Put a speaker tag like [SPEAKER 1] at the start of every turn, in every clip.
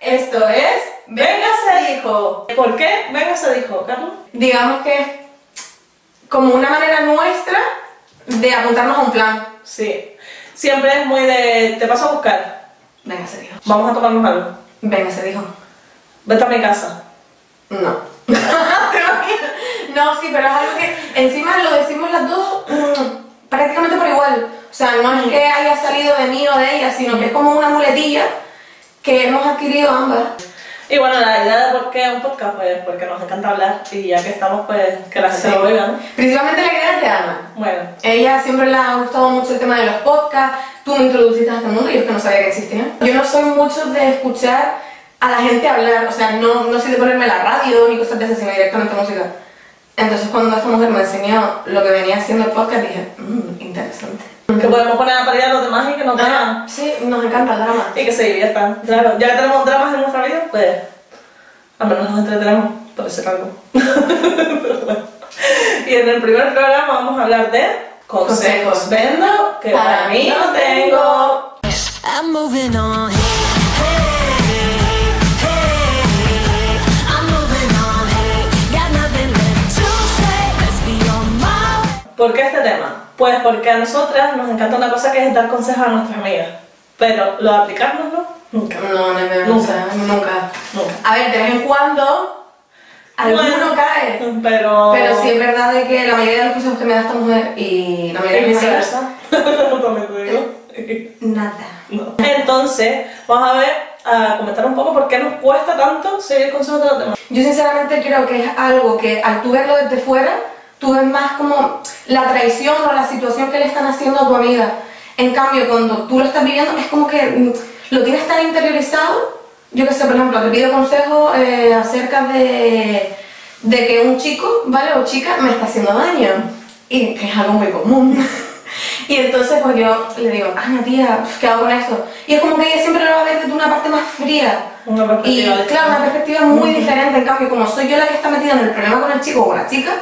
[SPEAKER 1] Esto es Véngase Hijo. ¿Por qué Véngase Hijo, Carlos?
[SPEAKER 2] Digamos que es como una manera nuestra de apuntarnos a un plan.
[SPEAKER 1] Sí. Siempre es muy de. Te paso a buscar.
[SPEAKER 2] Venga, se dijo.
[SPEAKER 1] Vamos a tomarnos algo.
[SPEAKER 2] Venga, se dijo.
[SPEAKER 1] Vete a mi casa.
[SPEAKER 2] No. ¿Te imaginas? no, sí, pero es algo que encima lo decimos las dos mm, prácticamente por igual. O sea, no es que haya salido de mí o de ella, sino que es como una muletilla que hemos adquirido ambas.
[SPEAKER 1] Y bueno, la idea de por qué un podcast, pues porque nos encanta hablar y ya que estamos, pues que la gente lo oiga, ¿no?
[SPEAKER 2] Principalmente la idea es de Ana.
[SPEAKER 1] Bueno,
[SPEAKER 2] Ella siempre le ha gustado mucho el tema de los podcasts. Tú me introduciste a este mundo y yo es que no sabía que existía. Yo no soy mucho de escuchar a la gente hablar, o sea, no, no soy de ponerme la radio ni cosas de esas, sino directamente música. Entonces, cuando esta mujer me enseñó lo que venía haciendo el podcast, dije, mmm, interesante.
[SPEAKER 1] que podemos poner a parir a los demás y que nos vean.
[SPEAKER 2] Sí, nos encanta el drama.
[SPEAKER 1] Y que se diviertan. Claro, ya que tenemos dramas en nuestra vida, pues al menos nos entretenemos por ese algo. Pero bueno. y en el primer programa vamos a hablar de consejos
[SPEAKER 2] Consejos.
[SPEAKER 1] vendo que para,
[SPEAKER 2] Para
[SPEAKER 1] mí
[SPEAKER 2] mí
[SPEAKER 1] no
[SPEAKER 2] no
[SPEAKER 1] tengo.
[SPEAKER 3] I'm moving on. I'm moving on. Got nothing left to say. Let's be on my way.
[SPEAKER 1] ¿Por qué este tema? Pues porque a nosotras nos encanta una cosa que es dar consejos a nuestras amigas. Pero lo de aplicárnoslo nunca.
[SPEAKER 2] No, no, no, no, o sea, nunca.
[SPEAKER 1] Nunca.
[SPEAKER 2] A ver, de vez en cuando, alguno
[SPEAKER 1] Bueno,
[SPEAKER 2] cae.
[SPEAKER 1] Pero.
[SPEAKER 2] Pero sí es verdad de que la mayoría de los consejos que me da esta mujer y la mayoría
[SPEAKER 1] Y
[SPEAKER 2] de mis amigas,
[SPEAKER 1] viceversa. También te digo.
[SPEAKER 2] nada.
[SPEAKER 1] No. Entonces, vamos a ver, a comentar un poco por qué nos cuesta tanto seguir consejos de los demás.
[SPEAKER 2] Yo sinceramente creo que es algo que al tú verlo desde fuera, tú ves más como la traición o la situación que le están haciendo a tu amiga. En cambio, cuando tú lo estás viviendo, es como que mm, lo tienes tan interiorizado. Yo que sé, por ejemplo, te pido consejo eh, acerca de, de que un chico, ¿vale? O chica me está haciendo daño. Y que es algo muy común. Y entonces pues yo le digo, Ana tía, ¿qué hago con esto? Y es como que ella siempre lo va a ver desde una parte más fría.
[SPEAKER 1] Una
[SPEAKER 2] Y
[SPEAKER 1] perspectiva
[SPEAKER 2] claro, una
[SPEAKER 1] distinta.
[SPEAKER 2] perspectiva muy diferente. En cambio, como soy yo la que está metida en el problema con el chico o con la chica,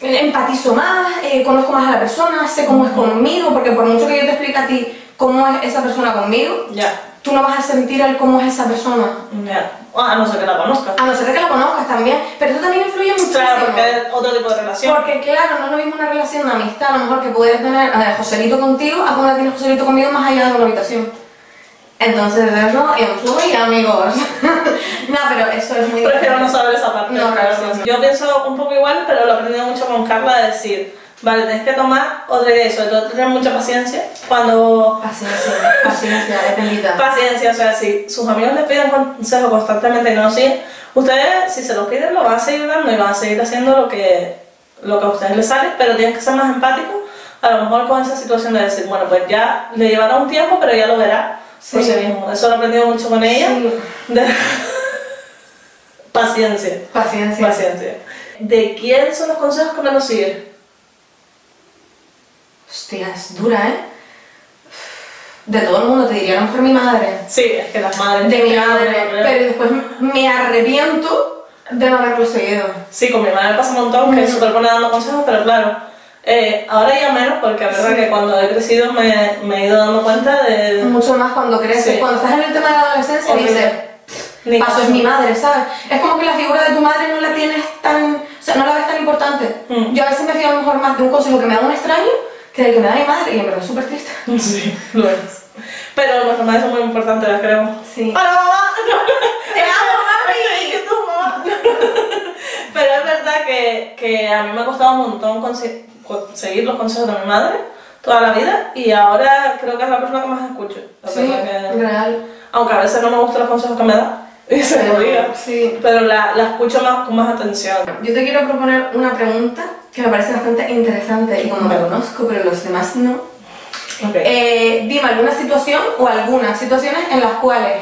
[SPEAKER 2] empatizo más, eh, conozco más a la persona, sé cómo es conmigo, porque por mucho que yo te explique a ti cómo es esa persona conmigo,
[SPEAKER 1] Ya,
[SPEAKER 2] tú no vas a sentir el cómo es esa persona.
[SPEAKER 1] ya. Ah, a no ser que la conozcas.
[SPEAKER 2] A no ser que la conozcas también, pero eso también influye muchísimo.
[SPEAKER 1] Claro, porque es otro tipo de relación.
[SPEAKER 2] Porque claro, no es lo mismo una relación de amistad, a lo mejor que pudieras tener a Joselito contigo, a como la tiene Joselito conmigo más allá de una habitación. Entonces eso influye, amigos. no, pero eso es muy
[SPEAKER 1] Prefiero no
[SPEAKER 2] diferente.
[SPEAKER 1] saber esa parte.
[SPEAKER 2] No, claro, sí,
[SPEAKER 1] Yo pienso un poco igual, pero lo he aprendido mucho con Carla de decir, vale, tienes que tomar otra idea, y sobre todo tener mucha paciencia. Cuando
[SPEAKER 2] Paciencia, paciencia, dependida.
[SPEAKER 1] paciencia, o sea, si sus amigos les piden consejo constantemente y no lo siguen, ustedes si se los piden lo van a seguir dando y van a seguir haciendo lo que, lo que a ustedes les sale, pero tienen que ser más empáticos, a lo mejor con esa situación de decir, bueno, pues ya le llevará un tiempo, pero ya lo verá por
[SPEAKER 2] Sí.
[SPEAKER 1] sí mismo. Eso lo he aprendido mucho con ella. De- Paciencia,
[SPEAKER 2] Paciencia.
[SPEAKER 1] paciencia. ¿De quién son los consejos que menos siguen?
[SPEAKER 2] Hostia, es dura, ¿eh? De todo el mundo, te diría a lo mejor mi madre.
[SPEAKER 1] Sí, es que las madres...
[SPEAKER 2] De mi
[SPEAKER 1] Claro,
[SPEAKER 2] madre.
[SPEAKER 1] claro.
[SPEAKER 2] Pero después me arrepiento de no haberlo seguido.
[SPEAKER 1] Sí, con mi madre pasa un montón, que es súper buena dando consejos, pero claro, eh, ahora ya menos, porque la verdad que cuando he crecido me, me he ido dando cuenta de...
[SPEAKER 2] Mucho más cuando creces.
[SPEAKER 1] Sí.
[SPEAKER 2] Cuando estás en el tema de la adolescencia,
[SPEAKER 1] Horrible.
[SPEAKER 2] dices,
[SPEAKER 1] Ni-
[SPEAKER 2] paso es mi madre, ¿sabes? Es como que la figura de tu madre no la tienes tan. O sea, no la ves tan importante.
[SPEAKER 1] Mm.
[SPEAKER 2] Yo a veces me fío a lo mejor más de un consejo que me da un extraño que del que me da mi madre, y en verdad es súper triste.
[SPEAKER 1] Sí, lo es. Pero nuestras madres son muy importantes, las queremos.
[SPEAKER 2] Sí.
[SPEAKER 1] ¡Hola, mamá!
[SPEAKER 2] ¡Te amo, mami!
[SPEAKER 1] Ay, que tu mamá. Pero es verdad que, que a mí me ha costado un montón conse- co- seguir los consejos de mi madre toda la vida y ahora creo que es la persona que más escucho. La
[SPEAKER 2] Sí,
[SPEAKER 1] verdad que-
[SPEAKER 2] real.
[SPEAKER 1] Aunque a veces no me gustan los consejos que me da, y se lo diga.
[SPEAKER 2] Sí.
[SPEAKER 1] Pero la, la escucho más, con más atención.
[SPEAKER 2] Yo te quiero proponer una pregunta que me parece bastante interesante y como me conozco, pero los demás no.
[SPEAKER 1] Ok.
[SPEAKER 2] Eh, dime alguna situación o algunas situaciones en las cuales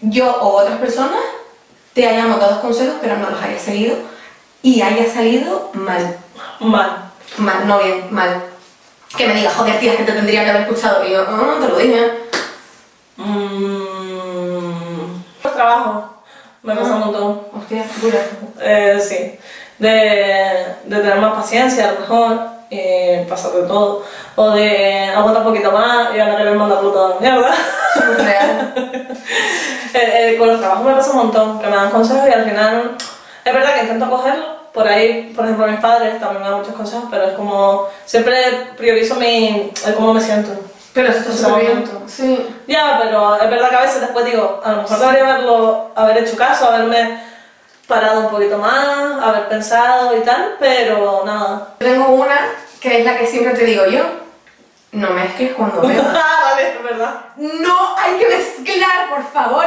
[SPEAKER 2] yo o otras personas te hayamos dado consejos, pero no los hayas seguido y haya salido mal.
[SPEAKER 1] Mal.
[SPEAKER 2] Mal, no bien, mal. Que me digas, joder, tía, es que te tendría que haber escuchado. Y yo, "Ah, te lo dije.
[SPEAKER 1] Mm. Los trabajos. Me
[SPEAKER 2] Ah.
[SPEAKER 1] pasa un montón.
[SPEAKER 2] Hostia, dura.
[SPEAKER 1] Eh, sí. De, de tener más paciencia, a lo mejor. Eh, pasar de todo. O de aguantar un poquito más y ahora que me manda puta mierda.
[SPEAKER 2] Súper real.
[SPEAKER 1] He, he con los trabajos me pasa un montón, que me dan consejos y al final es verdad que intento cogerlo. Por ahí, por ejemplo, mis padres también me dan muchos consejos, pero es como siempre priorizo mi, el cómo me siento.
[SPEAKER 2] Pero eso está
[SPEAKER 1] En ese
[SPEAKER 2] súper bien.
[SPEAKER 1] momento.
[SPEAKER 2] Sí.
[SPEAKER 1] Ya, pero es verdad que a veces después digo, a lo mejor debería haberlo, haber hecho caso, haberme parado un poquito más, haber pensado y tal, pero nada.
[SPEAKER 2] Tengo una que es la que siempre te digo yo. No mezcles cuando bebas.
[SPEAKER 1] Ah, vale, es verdad.
[SPEAKER 2] No hay que mezclar, por favor.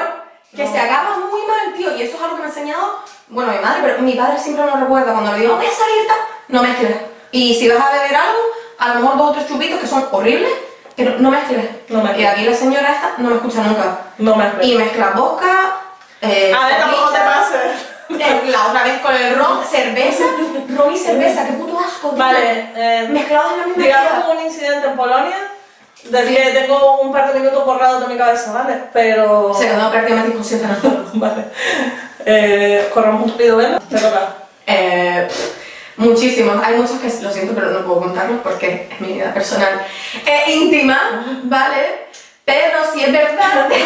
[SPEAKER 2] Que se acaba muy mal, tío. Y eso es algo que me ha enseñado, bueno, mi madre, pero mi padre siempre lo recuerda cuando le digo, voy a salir, tal, no mezcles. Y si vas a beber algo, a lo mejor dos o tres chupitos que son horribles, pero no mezcles.
[SPEAKER 1] No mezcles.
[SPEAKER 2] Y aquí la señora esta no me escucha nunca.
[SPEAKER 1] No me acuerdo.
[SPEAKER 2] Y mezcla vodka, eh,
[SPEAKER 1] A ver, tampoco te
[SPEAKER 2] cerveza,
[SPEAKER 1] pases.
[SPEAKER 2] eh, La otra vez con el ron, cerveza, ron y cerveza, qué puto asco, tío.
[SPEAKER 1] Vale, eh,
[SPEAKER 2] Mezclados en la misma
[SPEAKER 1] digamos
[SPEAKER 2] bebida.
[SPEAKER 1] hubo un incidente en Polonia del
[SPEAKER 2] Sí.
[SPEAKER 1] que tengo un par de minutos borrados de mi cabeza, ¿vale? Pero...
[SPEAKER 2] Se quedó prácticamente inconsciente en el juego.
[SPEAKER 1] Vale. Eh, corramos un tupido velo. Te toca.
[SPEAKER 2] Eh, pff, muchísimos, hay muchos que lo siento, pero no puedo contarlos porque es mi vida personal e íntima, ¿vale? Pero si es verdad, hay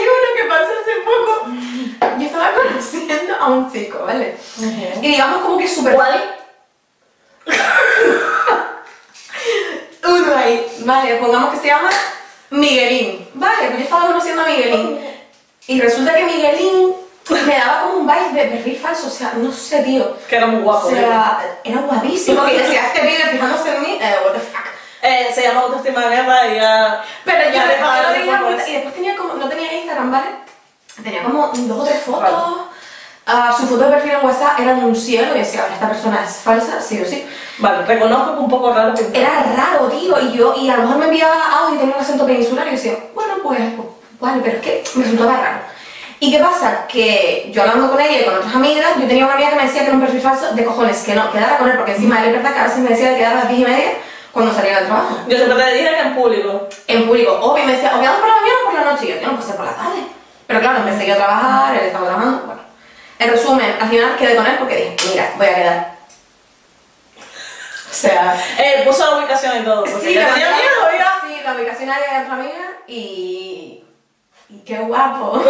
[SPEAKER 2] uno que pasó hace poco. Yo estaba conociendo a un chico, ¿vale?
[SPEAKER 1] Ujú.
[SPEAKER 2] Y digamos como que súper.
[SPEAKER 1] ¿Cuál?
[SPEAKER 2] Uno ahí, vale, pongamos que se llama Miguelín. Vale, pues yo estaba conociendo a Miguelín. Y resulta que Miguelín me daba como un baile de perfil falso, o sea, no sé, tío.
[SPEAKER 1] Que era muy guapo.
[SPEAKER 2] O sea, era guapísimo. Y decía, este pibe fijándose en mí, eh, what the fuck.
[SPEAKER 1] Eh, se llama autoestima de mierda y ya.
[SPEAKER 2] Pero yo
[SPEAKER 1] ya
[SPEAKER 2] después
[SPEAKER 1] dejaba
[SPEAKER 2] lo
[SPEAKER 1] de
[SPEAKER 2] tenía
[SPEAKER 1] por
[SPEAKER 2] cuenta-
[SPEAKER 1] eso.
[SPEAKER 2] y después tenía como, no tenía Instagram, ¿vale? Tenía como dos o tres fotos.
[SPEAKER 1] Vale.
[SPEAKER 2] ah, su foto de perfil en WhatsApp era un cielo y decía, esta persona es falsa, sí o sí.
[SPEAKER 1] Vale, reconozco que un poco raro que
[SPEAKER 2] Era raro, tío, y yo, y a lo mejor me enviaba audio y tenía un acento peninsular y decía, bueno, pues, pues, vale, pero es que me resultaba raro. ¿Y qué pasa? Que yo hablando con ella y con otras amigas, yo tenía una amiga que me decía que era un perfil falso de cojones, que no, quedara con él, porque encima él es verdad que a veces me decía que quedaba a las 10 y media cuando salía del trabajo.
[SPEAKER 1] Yo siempre te dije que en público.
[SPEAKER 2] En público, obvio, me decía, o quedamos por la mañana o por la noche, y yo, yo no puedo por la tarde. Pero claro, empecé yo a trabajar, él estaba trabajando, bueno. En resumen, al final quedé con él porque dije, mira, voy a quedar. O sea...
[SPEAKER 1] Eh, puso la ubicación y todo. Porque
[SPEAKER 2] Sí,
[SPEAKER 1] ya
[SPEAKER 2] la
[SPEAKER 1] tenía miedo,
[SPEAKER 2] ubicación-
[SPEAKER 1] oiga.
[SPEAKER 2] sí, la ubicación era de otra amiga y... y ¡Qué guapo!
[SPEAKER 1] De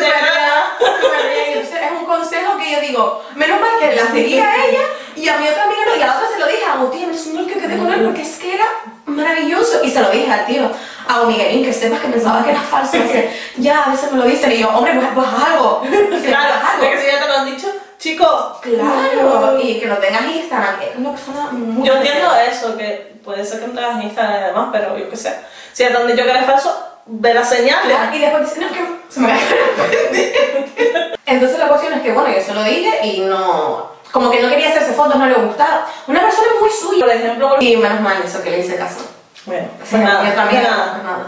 [SPEAKER 1] verdad.
[SPEAKER 2] bien, súper bien. Entonces es un consejo que yo digo, menos mal que la seguía a ella y a mi otra amiga no, y a la otra se lo dije, Agustín, es un que quedé
[SPEAKER 1] Mm.
[SPEAKER 2] con él porque es que era maravilloso. Y se lo dije al tío, a Miguelín, que sepas que pensaba que era falso. Y dice, ya, a veces me lo dicen y yo, hombre, pues, pues haz algo. Dice,
[SPEAKER 1] Claro,
[SPEAKER 2] "Haz algo".
[SPEAKER 1] de que si ya te lo han dicho, chicos.
[SPEAKER 2] Claro, y que lo tengas en Instagram, que es una persona muy...
[SPEAKER 1] Yo entiendo eso, que puede ser que no tengas Instagram y demás, pero yo qué sé. Si es donde yo que eres falso, ve las señales.
[SPEAKER 2] Y después dice, no, es que se me va a caer el pendiente". Entonces la cuestión es que, bueno, yo se lo dije y no... Como que no quería hacerse fotos, no le gustaba. Una persona muy suya.
[SPEAKER 1] Por ejemplo,
[SPEAKER 2] Y menos mal eso que le hice caso.
[SPEAKER 1] bueno, pues
[SPEAKER 2] Sí,
[SPEAKER 1] nada,
[SPEAKER 2] yo también.
[SPEAKER 1] pues
[SPEAKER 2] Nada.
[SPEAKER 1] nada.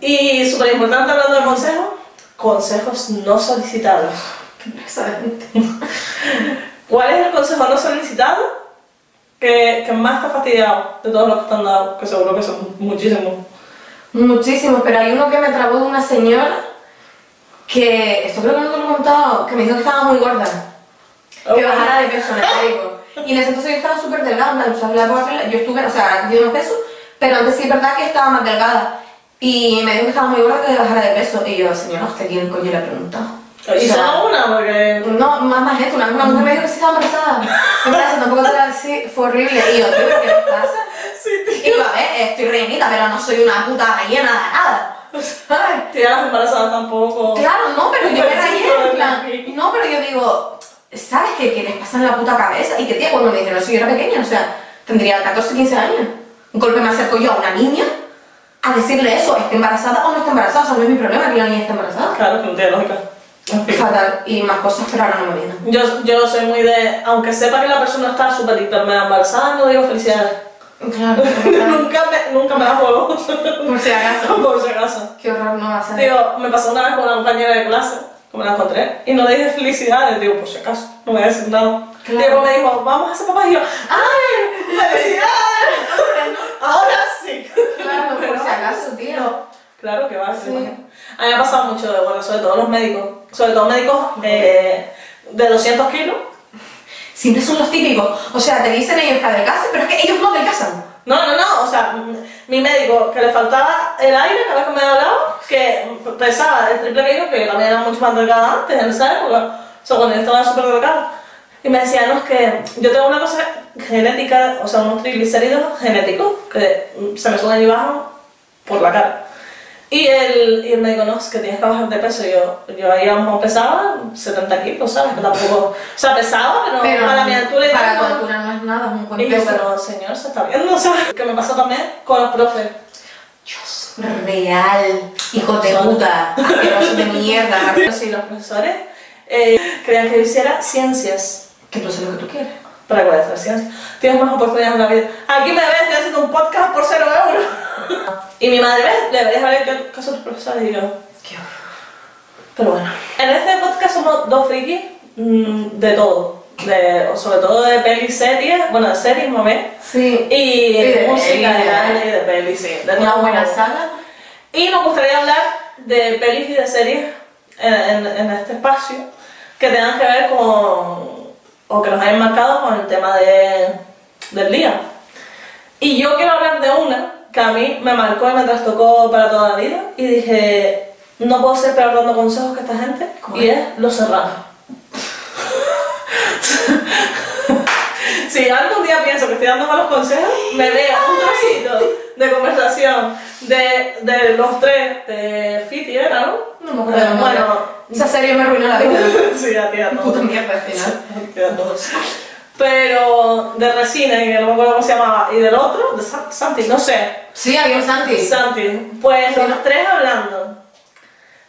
[SPEAKER 1] Y súper importante hablando de consejos, consejos no solicitados.
[SPEAKER 2] Exactamente.
[SPEAKER 1] ¿Cuál es el consejo no solicitado que, que más te ha fastidiado de todos los que te han dado? Que seguro que son muchísimos.
[SPEAKER 2] Muchísimos, pero hay uno que me trabó de una señora que, esto creo que no te lo he contado, que me dijo que estaba muy gorda. que bajara de peso, me lo digo. Y en ese entonces yo estaba súper delgada, en plan, o sea, la época que yo estuve, o sea, di unos pesos, pero antes sí es verdad que estaba más delgada. Y me dijo que estaba muy gorda que bajara de peso. Y yo, señora, ¿usted quién coño le ha preguntado? O
[SPEAKER 1] Y
[SPEAKER 2] sea,
[SPEAKER 1] solo una, porque. pues,
[SPEAKER 2] No, más más gente, una, una mujer me dijo que sí estaba embarazada. Embarazada, tampoco te la sí, fue horrible. Y yo, tío, ¿qué te pasa?
[SPEAKER 1] Sí,
[SPEAKER 2] Y yo, a ver, eh, estoy rellenita, pero no soy una puta rellena de nada. ¿Sabes?
[SPEAKER 1] Tía, las embarazadas tampoco.
[SPEAKER 2] Claro, no, pero yo me
[SPEAKER 1] Sí,
[SPEAKER 2] rayé,
[SPEAKER 1] todo
[SPEAKER 2] en plan,
[SPEAKER 1] bien.
[SPEAKER 2] no, pero yo digo, ¿sabes qué, qué les pasa en la puta cabeza? Y que tía, cuando me dijeron eso yo era pequeña, o sea, tendría 14, 15 años. Un golpe me acerco yo a una niña a decirle eso, ¿está embarazada o no está embarazada? O sea, no es mi problema que la niña esté embarazada.
[SPEAKER 1] Claro, que no tiene lógica. En fin.
[SPEAKER 2] Fatal, y más cosas, pero ahora no me vienen.
[SPEAKER 1] Yo, yo soy muy de. Aunque sepa que la persona está súper hiper mega embarazada, no digo felicidades.
[SPEAKER 2] Claro,
[SPEAKER 1] nunca, me, nunca me da juego.
[SPEAKER 2] por si acaso.
[SPEAKER 1] Por si acaso.
[SPEAKER 2] Qué horror no va a ser.
[SPEAKER 1] Digo, me pasó una vez con una compañera de clase, que me la encontré, y no le dije felicidades, digo, por si acaso, no voy a decir nada.
[SPEAKER 2] Claro.
[SPEAKER 1] Diego me dijo, vamos a ser papás, y yo,
[SPEAKER 2] ¡Ay!
[SPEAKER 1] ¡felicidades! Ahora sí.
[SPEAKER 2] Claro, por si acaso, tío.
[SPEAKER 1] Claro que va a ser.
[SPEAKER 2] Sí.
[SPEAKER 1] A mí me ha pasado mucho, bueno, sobre todo los médicos, sobre todo médicos de, de 200 kilos.
[SPEAKER 2] Siempre son los típicos. O sea, te dicen ellos que adelgacen, pero es que ellos no adelgazan.
[SPEAKER 1] No, no, no, o sea, mm, mi médico que le faltaba el aire cada vez que me hablaba, que pesaba el triple que yo, que yo también era mucho más delgada antes en esa época, o sea, cuando yo estaba súper delgada. Y me decía, no, es que yo tengo una cosa genética, o sea, unos triglicéridos genéticos que mm, se me suben y bajan por la cara. Y él, y él me dijo, no, es que tienes que bajar de peso. Y yo, yo ahí a lo mejor pesaba 70 kilos, ¿sabes? Que tampoco, o sea, pesaba, pero,
[SPEAKER 2] Pero
[SPEAKER 1] para mi altura y
[SPEAKER 2] para
[SPEAKER 1] tal,
[SPEAKER 2] tu
[SPEAKER 1] no-
[SPEAKER 2] altura no es nada, es un buen
[SPEAKER 1] y yo,
[SPEAKER 2] peso.
[SPEAKER 1] pero señor, se está viendo, ¿sabes? Que me pasó también con los profes.
[SPEAKER 2] Dios, real, hijo de puta, asqueroso de mierda.
[SPEAKER 1] Pero sí, los profesores eh, creían que yo hiciera ciencias.
[SPEAKER 2] Que tú haces lo que tú quieras.
[SPEAKER 1] ¿Para que voy a hacer ciencias? Tienes más oportunidades en la vida. Aquí me ves, estoy haciendo un podcast por cero euros. y mi madre, ¿ves? Deberías ver qué caso tus profesores y yo.
[SPEAKER 2] Qué horror.
[SPEAKER 1] Pero bueno. En este podcast somos dos frikis mm, de todo. De, o sobre todo de pelis, series, bueno, de series, mamé.
[SPEAKER 2] Sí.
[SPEAKER 1] Y,
[SPEAKER 2] de
[SPEAKER 1] música,
[SPEAKER 2] pelis,
[SPEAKER 1] de
[SPEAKER 2] ¿verdad?
[SPEAKER 1] anime, de pelis, sí. De
[SPEAKER 2] Una
[SPEAKER 1] todo.
[SPEAKER 2] buena saga.
[SPEAKER 1] Y nos gustaría hablar de pelis y de series en, en- en este espacio que tengan que ver con. o que nos hayan marcado con el tema de, del día. Y yo quiero hablar de una que a mí me marcó y me trastocó para toda la vida y dije. No puedo ser peor dando consejos que esta gente,
[SPEAKER 2] ¿Cómo
[SPEAKER 1] y
[SPEAKER 2] es?
[SPEAKER 1] es Los Serranos. Si algún día pienso que estoy dando malos consejos, me veo un trocito de conversación de, de los tres, de Fiti, ¿era, no?
[SPEAKER 2] No me acuerdo. del nombre.
[SPEAKER 1] Bueno,
[SPEAKER 2] esa serie me arruinó la vida.
[SPEAKER 1] sí, a ti a todos.
[SPEAKER 2] Puta mierda al final.
[SPEAKER 1] A ti a todos. Pero de Resina, que no me acuerdo cómo se llamaba, y del otro, de Sa- Santi, no sé.
[SPEAKER 2] Sí, había un Santi.
[SPEAKER 1] Santi, pues
[SPEAKER 2] Sí,
[SPEAKER 1] los
[SPEAKER 2] ¿no?
[SPEAKER 1] tres hablando.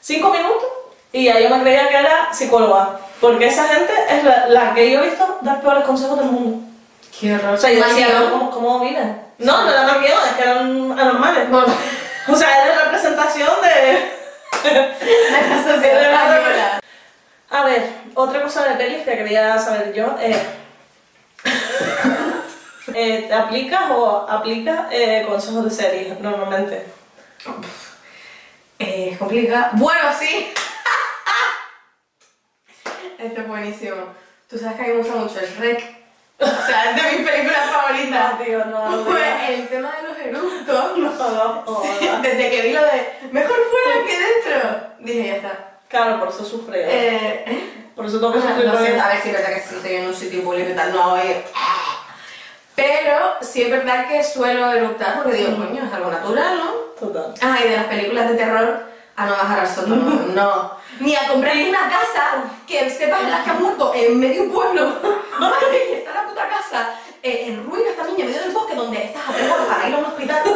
[SPEAKER 1] Cinco minutos y ya yo me creía que era psicóloga. Porque esa gente es la, la que yo he visto dar peores consejos del mundo.
[SPEAKER 2] Qué horror.
[SPEAKER 1] O sea, yo decía,
[SPEAKER 2] Mañana.
[SPEAKER 1] ¿no? ¿cómo, cómo viven? No, no eran maquillados, es que eran anormales.
[SPEAKER 2] Bueno,
[SPEAKER 1] O sea, era representación de...
[SPEAKER 2] la sociedad española.
[SPEAKER 1] A ver, otra cosa de pelis que quería saber yo es... eh, ¿te ¿Aplicas o aplicas eh, consejos de series normalmente?
[SPEAKER 2] Eh, Es complicado. Bueno, sí. Este es buenísimo. Tú sabes que a mí me gusta mucho el rec. O sea, es de mis películas favoritas.
[SPEAKER 1] tío, no, no.
[SPEAKER 2] Fue el tema de los eructos.
[SPEAKER 1] No, no, no.
[SPEAKER 2] Desde que vi lo de mejor fuera que dentro, dije ya está.
[SPEAKER 1] Claro, por eso sufre.
[SPEAKER 2] Eh, ¿eh?
[SPEAKER 1] Por eso tengo pues, que
[SPEAKER 2] Ah,
[SPEAKER 1] sufrir
[SPEAKER 2] no
[SPEAKER 1] con
[SPEAKER 2] sé,
[SPEAKER 1] él.
[SPEAKER 2] a ver si es verdad que si estoy en un sitio público y tal, no voy. Pero sí es verdad que suelo eructar porque digo, coño, es algo natural, ¿no?
[SPEAKER 1] Total.
[SPEAKER 2] Ah, y de las películas de terror a no bajar al sótano, no. Ni a comprar una casa que sepas las que ha muerto en medio pueblo. Madre, que está la puta casa eh, en ruinas también, en medio del bosque, donde estás a tres horas para ir a un hospital.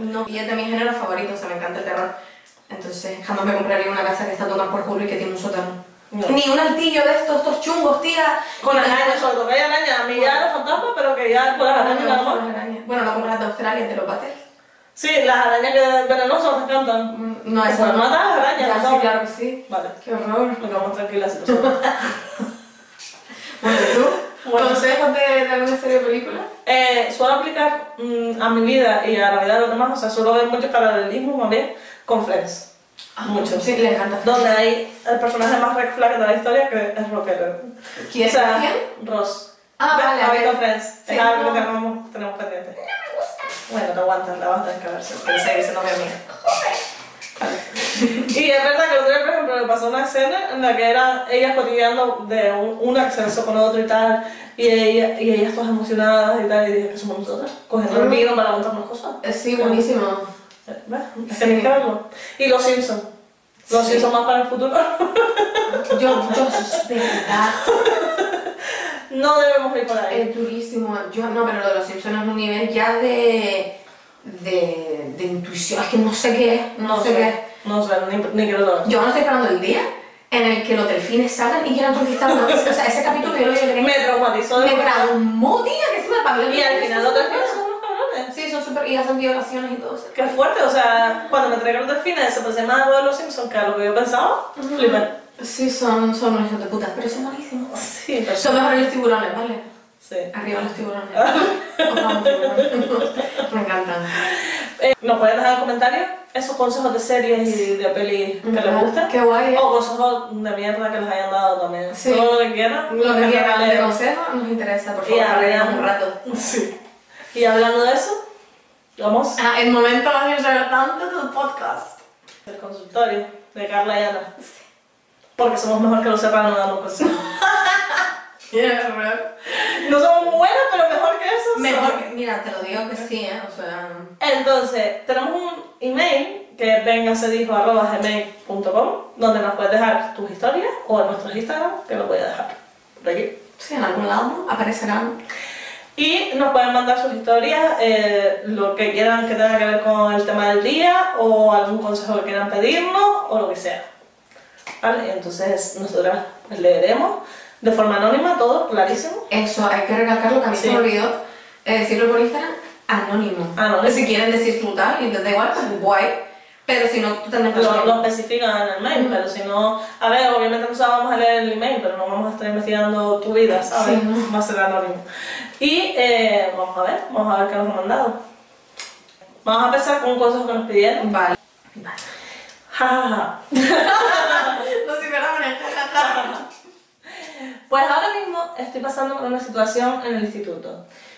[SPEAKER 2] No, y es de mi género favorito, o sea, me encanta el terror. Entonces, jamás me compraría una casa que está tomada por culo y que tiene un sótano.
[SPEAKER 1] No.
[SPEAKER 2] Ni un altillo de estos, estos chungos, tía.
[SPEAKER 1] Con arañas, sobre todo que hay arañas. A mí ya los fantasmas, pero que ya con las arañas nada más.
[SPEAKER 2] Bueno, no compras de Australia, te lo bates.
[SPEAKER 1] Sí, las arañas que venenosas te cantan.
[SPEAKER 2] No,
[SPEAKER 1] Pues
[SPEAKER 2] eso no.
[SPEAKER 1] mata a las arañas,
[SPEAKER 2] Ya,
[SPEAKER 1] por
[SPEAKER 2] sí,
[SPEAKER 1] favor.
[SPEAKER 2] claro que sí.
[SPEAKER 1] Vale,
[SPEAKER 2] Qué horror.
[SPEAKER 1] nos quedamos tranquilas. si lo sabes.
[SPEAKER 2] Bueno, ¿tú?
[SPEAKER 1] Bueno.
[SPEAKER 2] ¿Consejos de, de alguna serie o película?
[SPEAKER 1] eh, suelo aplicar mm, a mi vida y a la vida de los demás, o sea, suelo ver mucho paralelismo también con Friends. Ah, Mucho.
[SPEAKER 2] Ah, Sí, le encanta.
[SPEAKER 1] Donde hay el personaje más red flag de la historia que es Rocker.
[SPEAKER 2] ¿Quién?
[SPEAKER 1] O sea,
[SPEAKER 2] ¿Quién?
[SPEAKER 1] Ross.
[SPEAKER 2] Ah,
[SPEAKER 1] ¿Ves?
[SPEAKER 2] vale,
[SPEAKER 1] Ha visto
[SPEAKER 2] ok.
[SPEAKER 1] Friends.
[SPEAKER 2] Sí,
[SPEAKER 1] es algo
[SPEAKER 2] no.
[SPEAKER 1] que no tenemos pendiente. Bueno, no aguantas, la vas a tener que ver, porque en serio, se no mía. Y es verdad que el otro día, por ejemplo, me pasó una escena en la que eran ellas cotidiano de un, una que se besó con otro y tal, y, ella- y ellas todas emocionadas y tal, y dije, ¿qué somos nosotras? Cogiendo el vino para contarnos cosas.
[SPEAKER 2] Eh, Sí, buenísimo.
[SPEAKER 1] ¿Ves? Es que ni que verlo. Y los Simpsons. Los
[SPEAKER 2] Sí.
[SPEAKER 1] Simpsons más para el futuro.
[SPEAKER 2] Yo, yo, de verdad,
[SPEAKER 1] no debemos ir por ahí.
[SPEAKER 2] es durísimo. Yo, no, pero lo de los Simpsons es un nivel ya de, de, de intuición. Es que no sé qué es, no, sé qué es.
[SPEAKER 1] No sé, ni, ni quiero saber.
[SPEAKER 2] Yo no estoy esperando el día en el que los delfines salgan y quieran conquistar una O sea, ese capítulo yo lo llegué
[SPEAKER 1] Me traumatizó. de
[SPEAKER 2] Me
[SPEAKER 1] verdad.
[SPEAKER 2] traumó, tía, que encima el papel.
[SPEAKER 1] Y al final los delfines son unos cabrones.
[SPEAKER 2] Sí, son súper. Y hacen violaciones y todo eso.
[SPEAKER 1] Qué fuerte, o sea, cuando me entregué los delfines, se parecía más a algo de los Simpsons que a lo que yo pensaba. Flipé.
[SPEAKER 2] Sí, son, son unos hijos de putas, pero son malísimos.
[SPEAKER 1] Sí, pero
[SPEAKER 2] Son mejores los tiburones, ¿vale?
[SPEAKER 1] sí.
[SPEAKER 2] Arriba los tiburones. Os amo, tiburones. Me encantan.
[SPEAKER 1] Eh, Nos pueden dejar en comentarios esos consejos de series y de pelis que les
[SPEAKER 2] Ujú,
[SPEAKER 1] gusten.
[SPEAKER 2] qué guay, ¿eh?
[SPEAKER 1] O consejos de mierda que les hayan dado también.
[SPEAKER 2] Sí.
[SPEAKER 1] Todo lo que quieran.
[SPEAKER 2] Lo que quieran de
[SPEAKER 1] Dale.
[SPEAKER 2] consejo nos interesa, por
[SPEAKER 1] Y
[SPEAKER 2] favor,
[SPEAKER 1] a
[SPEAKER 2] hablemos un rato.
[SPEAKER 1] Sí. Y hablando de eso, vamos
[SPEAKER 2] Ah, el momento más importante del podcast.
[SPEAKER 1] al consultorio de Carla y Ana. Porque somos mejor que lo sepan, no damos consejos. No somos muy buenas, pero mejor que eso. somos.
[SPEAKER 2] Mejor que- mira, te lo digo que sí, ¿eh? O sea,
[SPEAKER 1] Entonces, tenemos un email que es vengasedijo.gmail.com donde nos puedes dejar tus historias o en nuestros Instagram, que lo voy a dejar por aquí.
[SPEAKER 2] sí, en algún lado aparecerán.
[SPEAKER 1] Y nos pueden mandar sus historias, eh, lo que quieran que tenga que ver con el tema del día o algún consejo que quieran pedirnos o lo que sea. ¿Vale? Entonces nosotras pues, leeremos de forma anónima todo, clarísimo.
[SPEAKER 2] Eso, hay que recalcarlo que a mí
[SPEAKER 1] Sí.
[SPEAKER 2] se me olvidó eh, decirlo por Instagram, anónimo. Pues
[SPEAKER 1] Anónimo.
[SPEAKER 2] Si quieren decir tu tal, y te da igual, pues guay. Pero si no, tú también
[SPEAKER 1] Lo, lo especifican en el mail, pero si no, a ver, obviamente nosotros vamos a leer el email, pero no vamos a estar investigando tu vida, ¿sabes?
[SPEAKER 2] Sí, no.
[SPEAKER 1] Va a ser anónimo. Y eh, vamos a ver, vamos a ver qué nos han mandado. Vamos a empezar con un consejo que nos pidieron.
[SPEAKER 2] Vale.
[SPEAKER 1] Ja, ja, ja.
[SPEAKER 2] No, si me la ponen,
[SPEAKER 1] Pues ahora mismo estoy pasando por una situación en el instituto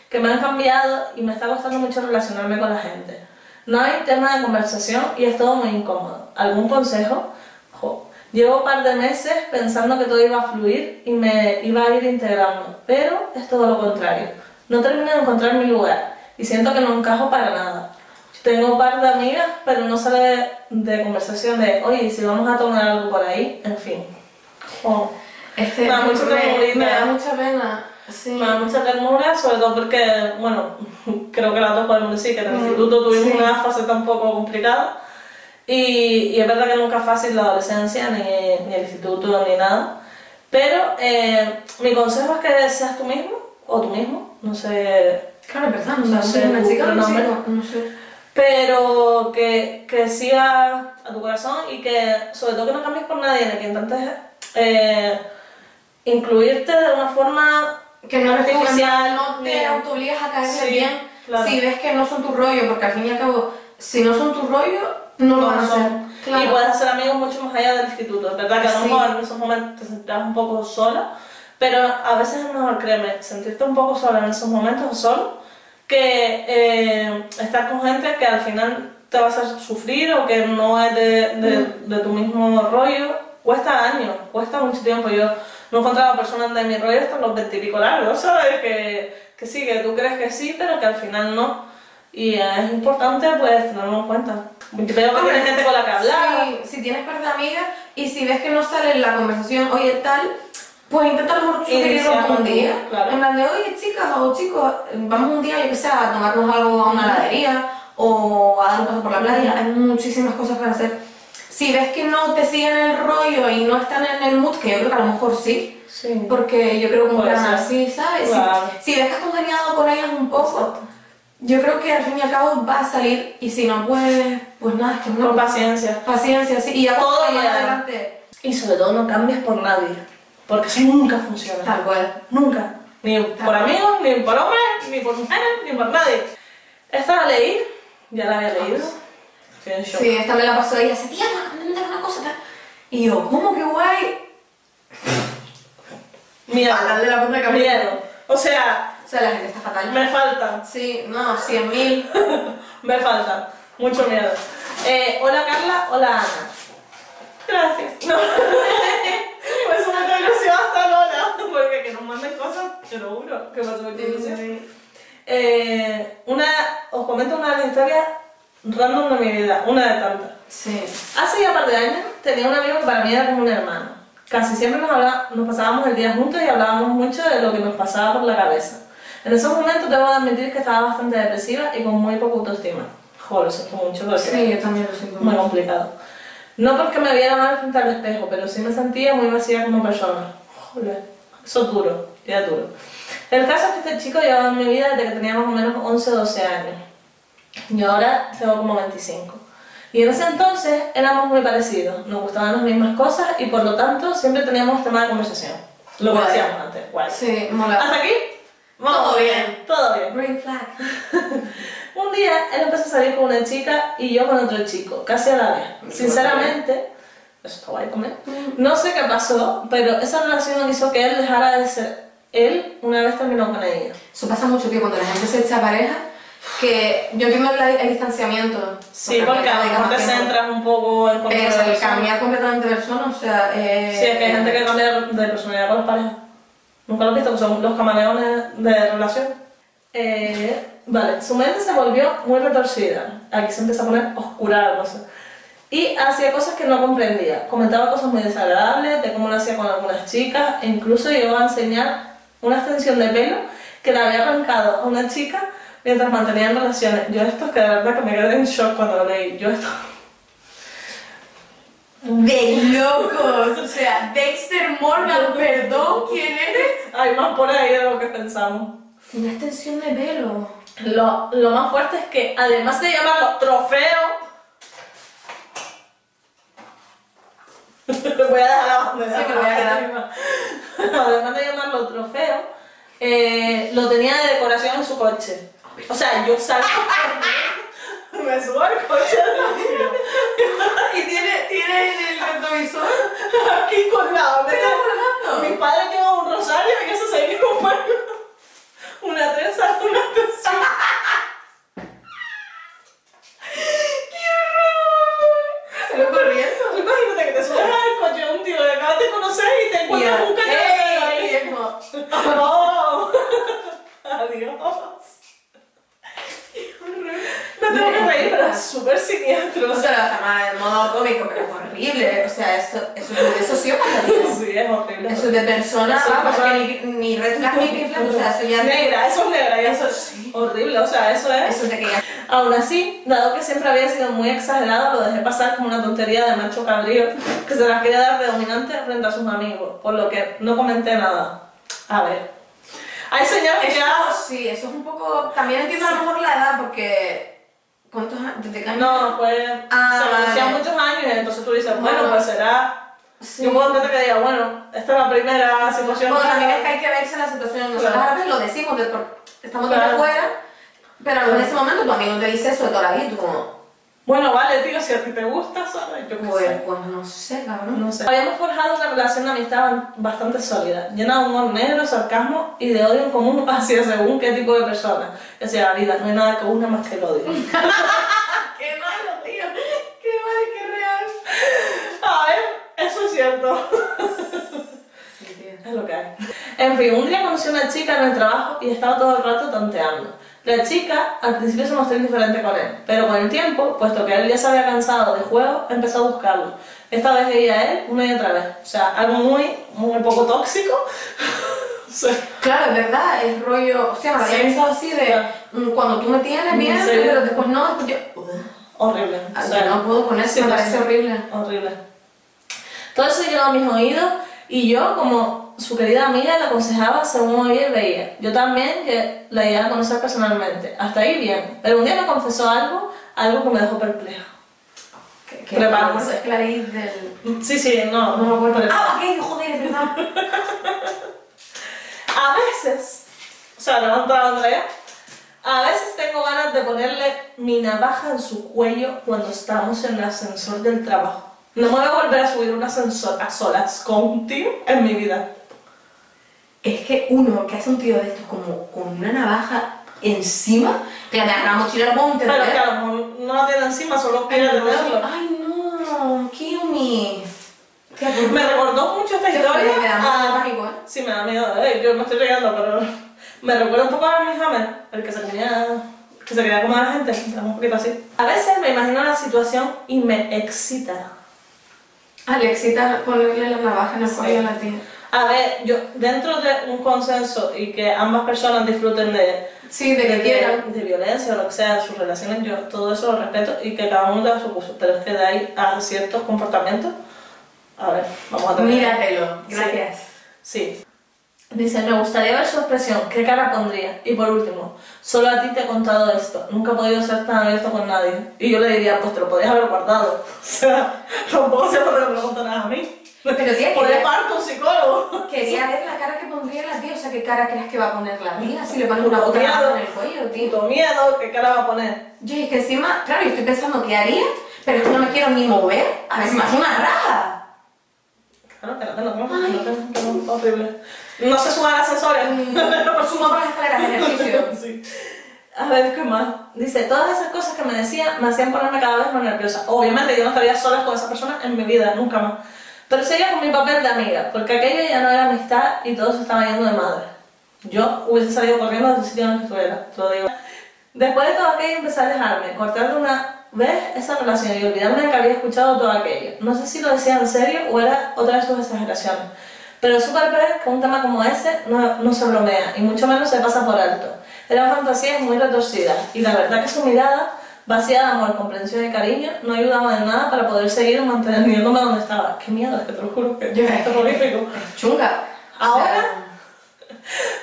[SPEAKER 1] que me han cambiado y me está costando mucho relacionarme con la gente. No hay tema de conversación y es todo muy incómodo. ¿Algún consejo? Jo. Llevo un par de meses pensando que todo iba a fluir y me iba a ir integrando, pero es todo lo contrario. No termino de encontrar mi lugar y siento que no encajo para nada. Tengo un par de amigas, pero no sale de, de conversación de, oye, ¿y si vamos a tomar algo por ahí, en fin. Jo.
[SPEAKER 2] Este,
[SPEAKER 1] Me da mucha
[SPEAKER 2] me,
[SPEAKER 1] ternurita.
[SPEAKER 2] me da mucha pena. Sí.
[SPEAKER 1] Me da mucha ternura, sobre todo porque, bueno, creo que las dos podemos decir que en el
[SPEAKER 2] Mm,
[SPEAKER 1] instituto tuvimos
[SPEAKER 2] sí.
[SPEAKER 1] una fase tan poco complicada. Y, y es verdad que nunca es fácil la adolescencia, ni, ni el instituto, ni nada. Pero eh, mi consejo es que seas tú mismo, o tú mismo, no sé.
[SPEAKER 2] Claro, es verdad, no,
[SPEAKER 1] No sé,
[SPEAKER 2] sé, una
[SPEAKER 1] tu
[SPEAKER 2] chica, un
[SPEAKER 1] pronombre.
[SPEAKER 2] chico, no sé.
[SPEAKER 1] Pero que, que sigas a tu corazón y que, sobre todo, que no cambies por nadie, ni que intentes eh, incluirte de una forma
[SPEAKER 2] Que no eres tú, en plan, no te
[SPEAKER 1] Ni-
[SPEAKER 2] autoobligas a caerle
[SPEAKER 1] Sí,
[SPEAKER 2] bien
[SPEAKER 1] claro.
[SPEAKER 2] si ves que no son tu rollo, porque al fin y al cabo, si no son tu rollo, no lo van a hacer.
[SPEAKER 1] son. Y puedes hacer amigos mucho más allá del instituto. Es verdad que a lo
[SPEAKER 2] Sí.
[SPEAKER 1] mejor en esos momentos te sentirás un poco sola, pero a veces es mejor, créeme, sentirte un poco sola en esos momentos o solo que eh, estar con gente que al final te vas a sufrir o que no es de, de-
[SPEAKER 2] Mm.
[SPEAKER 1] de tu mismo rollo. Cuesta años, cuesta mucho tiempo. Yo no he encontrado personas de mi rollo hasta los veintipico largos, ¿sabes? Que, que sí, que tú crees que sí, pero que al final no. Y eh, es importante pues tenerlo en cuenta. Pero que
[SPEAKER 2] Hombre,
[SPEAKER 1] tienes gente con la que hablar.
[SPEAKER 2] sí, si tienes par de amigas y si ves que no sale la conversación, oye, tal, pues intenta a lo mejor sugerirlo
[SPEAKER 1] Iniciar
[SPEAKER 2] un
[SPEAKER 1] algo,
[SPEAKER 2] día.
[SPEAKER 1] claro.
[SPEAKER 2] En plan de, oye, chicas o chicos, vamos un día, yo que sé, a tomarnos algo a una heladería o a dar un paso por la playa. Hay muchísimas cosas para hacer. Si ves que no te siguen el rollo y no están en el mood, que yo creo que a lo mejor sí,
[SPEAKER 1] Sí.
[SPEAKER 2] porque yo creo que un
[SPEAKER 1] Puede
[SPEAKER 2] plan
[SPEAKER 1] ser.
[SPEAKER 2] así, ¿sabes? Si-
[SPEAKER 1] Claro.
[SPEAKER 2] Si, ves que has congeniado con ellas un poco,
[SPEAKER 1] Exacto.
[SPEAKER 2] yo creo que al fin y al cabo va a salir y si no puedes, pues nada, es que no
[SPEAKER 1] Con paciencia.
[SPEAKER 2] Paciencia, sí. Y ya
[SPEAKER 1] Todo
[SPEAKER 2] cuando más
[SPEAKER 1] llega.
[SPEAKER 2] adelante.
[SPEAKER 1] Y sobre todo no cambies por nadie. Porque eso nunca funciona.
[SPEAKER 2] Tal cual.
[SPEAKER 1] Nunca. Ni por amigos, ni por hombres, ni por mujeres, ni por nadie. Esta la leí, ya la había leído. Estoy en shock.
[SPEAKER 2] Sí, esta me la pasó ella hace tía, me acaban de mandar una cosa. tal". Y yo, ¿cómo que guay?
[SPEAKER 1] Miedo.
[SPEAKER 2] Fatal de la puta que me-
[SPEAKER 1] Miedo. O sea,
[SPEAKER 2] O sea, la gente está fatal.
[SPEAKER 1] me faltan.
[SPEAKER 2] Sí, no, 100.000. mil.
[SPEAKER 1] me faltan. Mucho miedo. Eh, hola Carla, hola Ana. Gracias. No. Por eso me da ilusión hasta Lola. Porque que nos manden cosas, te lo juro, que me hace mucha ilusión. Eh, una, os comento una de las historias random de mi vida, una de tantas.
[SPEAKER 2] Sí.
[SPEAKER 1] Hace ya un par de años tenía un amigo que para mí era como un hermano. Casi siempre nos, habla- nos pasábamos el día juntos y hablábamos mucho de lo que nos pasaba por la cabeza. En esos momentos debo de admitir que estaba bastante depresiva y con muy poca autoestima. Joder, eso fue mucho porque
[SPEAKER 2] Sí, yo también lo siento
[SPEAKER 1] muy
[SPEAKER 2] mucho.
[SPEAKER 1] complicado. No porque me viera mal frente al espejo, pero sí me sentía muy vacía como persona. Joder, eso es duro, ya es duro. El caso es que este chico llevaba en mi vida desde que tenía más o menos 11 o 12 años. Y ahora tengo como 25. Y en ese entonces éramos muy parecidos, nos gustaban las mismas cosas y por lo tanto siempre teníamos tema de conversación. Lo que
[SPEAKER 2] Guay.
[SPEAKER 1] decíamos antes, guay.
[SPEAKER 2] Sí, mola.
[SPEAKER 1] Hasta aquí,
[SPEAKER 2] Todo bien.
[SPEAKER 1] Todo bien.
[SPEAKER 2] Green flag.
[SPEAKER 1] Un día él empezó a salir con una chica y yo con otro chico, casi a la vez. Sinceramente, Mm. eso está guay comer. No sé qué pasó, pero esa relación hizo que él dejara de ser él una vez terminó con ella.
[SPEAKER 2] Eso pasa mucho, que cuando la gente se desapareja, que yo entiendo la- el distanciamiento.
[SPEAKER 1] Sí, porque a lo mejor te centras un poco en cuanto a la
[SPEAKER 2] Pero o sea, el
[SPEAKER 1] relación.
[SPEAKER 2] cambiar Eh, completamente de persona, o sea... Eh,
[SPEAKER 1] Sí, es que hay gente que cambia de personalidad con las parejas. Nunca lo he visto, que son los camaleones de relación. Eh, vale, su mente se volvió muy retorcida. Aquí se empieza a poner oscura la cosa. Y hacía cosas que no comprendía. Comentaba cosas muy desagradables de cómo lo hacía con algunas chicas. E incluso llegó a enseñar una extensión de pelo que le había arrancado a una chica mientras mantenían relaciones. Yo esto es que de verdad que me quedé en shock cuando lo leí. Yo esto...
[SPEAKER 2] De locos, o sea, Dexter Morgan, perdón, ¿quién eres?
[SPEAKER 1] Hay más por ahí de lo que pensamos.
[SPEAKER 2] Una extensión de pelo.
[SPEAKER 1] Lo, lo más fuerte es que además de llamarlo trofeo, voy a dejar la bandera.
[SPEAKER 2] Sí, que voy a dejar.
[SPEAKER 1] Además de llamarlo trofeo, eh, lo tenía de decoración en su coche. O sea, yo salgo, me subo al coche
[SPEAKER 2] Y tiene, tiene en el retrovisor.
[SPEAKER 1] aquí colgado. ¿me estás
[SPEAKER 2] colgando?
[SPEAKER 1] Mi padre lleva un rosario y eso se lleva un pueblo. Una trenza, una trenza.
[SPEAKER 2] Se lo corriendo.
[SPEAKER 1] Tú Imagínate que te subes al coche de un tío que acabas de conocer y te
[SPEAKER 2] Y
[SPEAKER 1] encuentras un
[SPEAKER 2] ¡Ey! Y
[SPEAKER 1] cañón.
[SPEAKER 2] es como,
[SPEAKER 1] ¡No! Adiós. Me tengo que reír, pero es súper siniestro.
[SPEAKER 2] O sea, la llamada de modo cómico, pero es horrible. O sea, eso, eso es de sociópata. tío.
[SPEAKER 1] Sí, es horrible.
[SPEAKER 2] Eso es de persona.
[SPEAKER 1] Eso es
[SPEAKER 2] vamos,
[SPEAKER 1] persona.
[SPEAKER 2] que ni, ni red flag ni green flag, O sea, eso ya.
[SPEAKER 1] negra, eso es negra, y eso es
[SPEAKER 2] Sí.
[SPEAKER 1] horrible, o sea, eso es...
[SPEAKER 2] Eso es de que ya.
[SPEAKER 1] Aún así, dado que siempre había sido muy exagerado, lo dejé pasar como una tontería de macho cabrío que se las quería dar de dominante frente a sus amigos, por lo que no comenté nada. A ver. Hay señores que ya...
[SPEAKER 2] Eso sí, eso es un poco. También entiendo a lo mejor la edad, porque. ¿Cuántos años? ¿Desde qué año?
[SPEAKER 1] No, fue.
[SPEAKER 2] Ah,
[SPEAKER 1] se conocían
[SPEAKER 2] vale.
[SPEAKER 1] muchos años y entonces tú dices, bueno,
[SPEAKER 2] Bueno.
[SPEAKER 1] pues será.
[SPEAKER 2] Sí.
[SPEAKER 1] Yo puedo entender que diga, bueno, esta es la primera situación.
[SPEAKER 2] Bueno, también
[SPEAKER 1] que-
[SPEAKER 2] es que hay que verse la situación. Nosotros
[SPEAKER 1] Claro.
[SPEAKER 2] a veces lo decimos, de por- estamos de
[SPEAKER 1] Claro.
[SPEAKER 2] afuera, pero en ese momento tu amigo te dice eso de toda la vida y tú como,
[SPEAKER 1] Bueno, vale, tío, si a ti te gusta, ¿sabes? Yo qué
[SPEAKER 2] pues,
[SPEAKER 1] sé.
[SPEAKER 2] pues no sé, cabrón.
[SPEAKER 1] No sé. Habíamos forjado una relación de amistad bastante sólida, llena de humor negro, sarcasmo y de odio en común hacia según qué tipo de persona. O sea, la vida, no hay nada que una más que el odio.
[SPEAKER 2] Ah, ¡Qué malo, tío! ¡Qué malo y qué real!
[SPEAKER 1] A ver, eso es cierto. Es lo que hay. En fin, un día conocí a una chica en el trabajo y estaba todo el rato tonteando. La chica al principio se mostró indiferente con él, pero con el tiempo, puesto que él ya se había cansado de juegos, empezó a buscarlo. Esta vez veía a él una y otra vez. O sea, algo muy, muy poco tóxico. O sea,
[SPEAKER 2] Claro, es verdad, es rollo, o sea, me lo había
[SPEAKER 1] Sí.
[SPEAKER 2] pensado así de
[SPEAKER 1] Claro.
[SPEAKER 2] mm, cuando tú me tienes bien,
[SPEAKER 1] Sí.
[SPEAKER 2] pero después no, después yo,
[SPEAKER 1] horrible. O
[SPEAKER 2] Ah,
[SPEAKER 1] sea,
[SPEAKER 2] yo no puedo con eso, me parece horrible.
[SPEAKER 1] Horrible. Todo eso llegó a mis oídos y yo, como su querida amiga, le aconsejaba según oía y veía. Yo también que la iba a conocer personalmente. Hasta ahí bien. Pero un día me confesó algo, algo que me dejó perpleja.
[SPEAKER 2] que,
[SPEAKER 1] Prepárense.
[SPEAKER 2] es Clarice del...
[SPEAKER 1] Sí, sí, no, no me acuerdo. pero-
[SPEAKER 2] Ah, ok, joder, es verdad.
[SPEAKER 1] A veces, o sea, levanta la otra ya. A veces tengo ganas de ponerle mi navaja en su cuello cuando estamos en el ascensor del trabajo. No me voy a volver a subir un ascensor a solas con un tío en mi vida.
[SPEAKER 2] Es que uno que hace un tío de estos como con una navaja encima, que le agarra la mochila, lo ponte,
[SPEAKER 1] Pero que a lo mejor no la tiene encima, solo quiere tenerlo.
[SPEAKER 2] Ay, no, kill me. Qué aburrido.
[SPEAKER 1] Me recordó mucho esta
[SPEAKER 2] Qué
[SPEAKER 1] historia.
[SPEAKER 2] feo, me da mucho
[SPEAKER 1] a-
[SPEAKER 2] pánico, ¿eh?
[SPEAKER 1] Sí, me da miedo, eh, yo me estoy regando, pero. Me recuerda un poco a mi Hammer, el que se quería. que se quería comer a la gente, estaba un poquito así. A veces me imagino la situación y me excita.
[SPEAKER 2] Alexita, ponerle la navaja en el cuello a la tía.
[SPEAKER 1] A ver, yo, dentro de un consenso y que ambas personas disfruten de,
[SPEAKER 2] Sí, de
[SPEAKER 1] de,
[SPEAKER 2] que quieran.
[SPEAKER 1] de violencia o lo que sea, sus relaciones, yo todo eso lo respeto y que cada uno da su curso, pero es que de ahí a ciertos comportamientos, a ver, vamos a terminar.
[SPEAKER 2] Míratelo, gracias.
[SPEAKER 1] Sí. Dice, me gustaría ver su expresión, qué cara pondría. Y por último, solo a ti te he contado esto, nunca he podido ser tan abierto con nadie. Y yo le diría, pues te lo podías haber guardado. O sea, tampoco se lo preguntarás a mí.
[SPEAKER 2] Pero tía,
[SPEAKER 1] Por
[SPEAKER 2] que-
[SPEAKER 1] el parto, un psicólogo.
[SPEAKER 2] Quería ver la cara que pondría la tía, o sea, qué cara crees que va a poner la tía si le pones una puta
[SPEAKER 1] Miedo.
[SPEAKER 2] navaja en el cuello, tío.
[SPEAKER 1] Puto miedo, qué cara va a poner.
[SPEAKER 2] Yo es que encima, claro, yo estoy pensando qué haría, pero es que no me quiero ni mover, a ver si me hace una raja.
[SPEAKER 1] Ah, No, que no, que no, que no, que no, que no, horrible. No se suban ascensores.
[SPEAKER 2] Mm, Suma por las escaleras, ejercicio.
[SPEAKER 1] Sí. A ver, ¿qué más? Dice, todas esas cosas que me decían me hacían ponerme cada vez más nerviosa. Obviamente yo no estaría sola con esa persona en mi vida, nunca más. Pero seguía con mi papel de amiga, porque aquello ya no era amistad y todo se estaba yendo de madre. Yo hubiese salido corriendo de ese sitio en el que estuviera, te lo digo. Después de todo aquello empecé a alejarme, cortar de una vez esa relación y olvidarme de que había escuchado todo aquello. No sé si lo decía en serio o era otra de sus exageraciones. Pero es súper ver que un tema como ese no, no se bromea y mucho menos se pasa por alto. Eran fantasías muy retorcidas y la verdad que su mirada, vacía de amor, comprensión y cariño, no ayudaba en nada para poder seguir manteniéndome donde estaba. Qué miedo, es que te lo juro que
[SPEAKER 2] Ya.
[SPEAKER 1] esto es horrífico.
[SPEAKER 2] Chunga.
[SPEAKER 1] Ahora